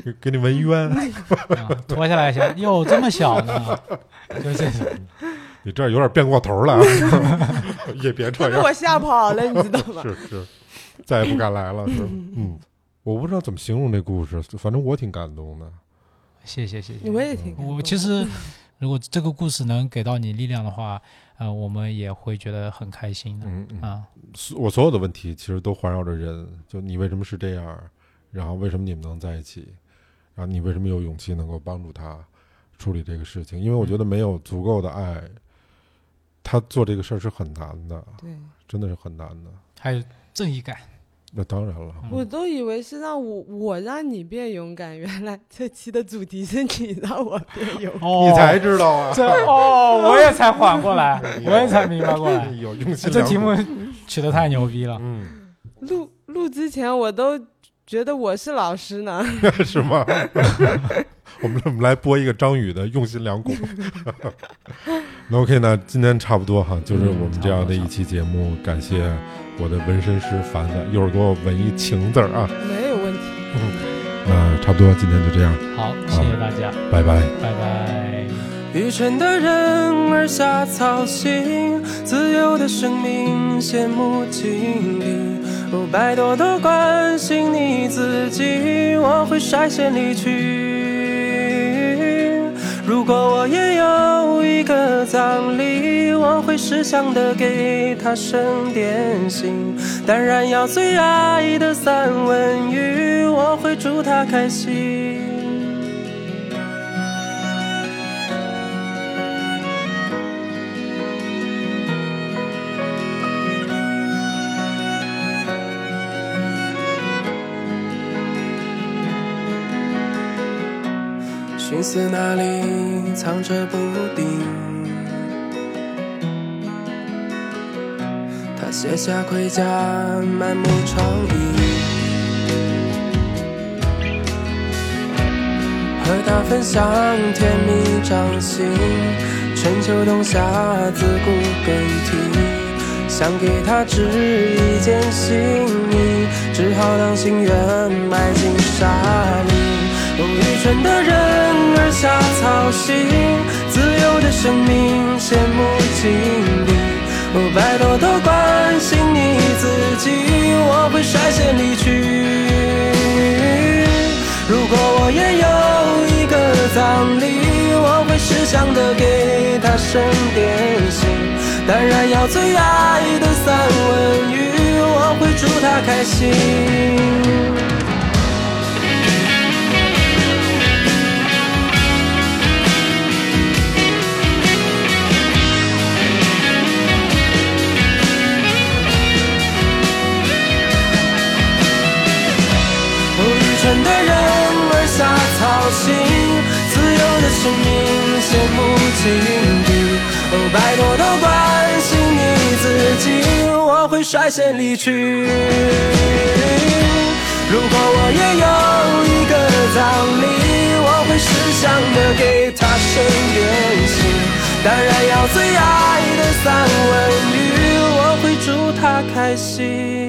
Speaker 2: 给给你纹冤。
Speaker 3: 啊脱下来一下，哟，这么小呢，就这种。
Speaker 2: 你这儿有点变过头了 啊，也别这
Speaker 1: 他
Speaker 2: 样
Speaker 1: 被。我吓跑了，你知道 吗？
Speaker 2: 是是，再也不敢来了，是吧嗯，我不知道怎么形容这故事，反正我挺感动的。
Speaker 3: 谢谢谢谢。
Speaker 1: 我也挺感动，
Speaker 3: 我其实，如果这个故事能给到你力量的话，呃，我们也会觉得很开心的
Speaker 2: 嗯嗯，
Speaker 3: 啊。
Speaker 2: 所我所有的问题其实都环绕着人，就你为什么是这样，然后为什么你们能在一起，然后你为什么有勇气能够帮助他处理这个事情？因为我觉得没有足够的爱，他做这个事儿是很难的，
Speaker 1: 对
Speaker 2: 真的是很难的。
Speaker 3: 还有正义感，
Speaker 2: 那当然了，
Speaker 1: 我都以为是让我我让你变勇敢，原来这期的主题是你让我变勇敢。
Speaker 3: 哦
Speaker 2: 你才知道啊，
Speaker 3: 这哦，我也才缓过来，我也才明白过来。
Speaker 2: 有用心。
Speaker 3: 这题目，取得太牛逼了，
Speaker 2: 嗯，
Speaker 1: 录录之前我都觉得我是老师呢，
Speaker 2: 是吗？我们我们来播一个张宇的《用心良苦》。 那 OK，那今天差不多哈，就是我们这样的一期节目，感谢我的纹身师凡凡，一会儿给我纹一情字儿啊。
Speaker 1: 没有问题。
Speaker 2: 那差不多，今天就这样，
Speaker 3: 好，谢谢大家，
Speaker 2: 拜拜。
Speaker 3: 拜拜。
Speaker 5: 愚蠢的人儿瞎操心，自由的生命羡慕境遇。哦，拜托多关心你自己，我会率先离去。如果我也有一个葬礼，我会识相的给他生点心。当然要最爱的三文鱼，我会祝他开心。寻思哪里藏着补丁，他卸下盔甲，满目疮痍，和他分享甜蜜掌心，春秋冬夏自古更替。想给他织一件新衣，只好当心愿埋进沙里。哦，愚蠢的人儿瞎操心，自由的生命羡慕嫉妒。哦，拜托多关心你自己，我会率先离去。如果我也有一个葬礼，我会识相的给他生点心。当然要最爱的三文鱼，我会祝他开心。哦，愚蠢的人儿瞎操心，自由的生命羡慕嫉妒。哦，拜托多关心你自己，我会率先离去。如果我也有一个葬礼，我会识相的给他生点心，当然要最爱的三文鱼，我会祝他开心。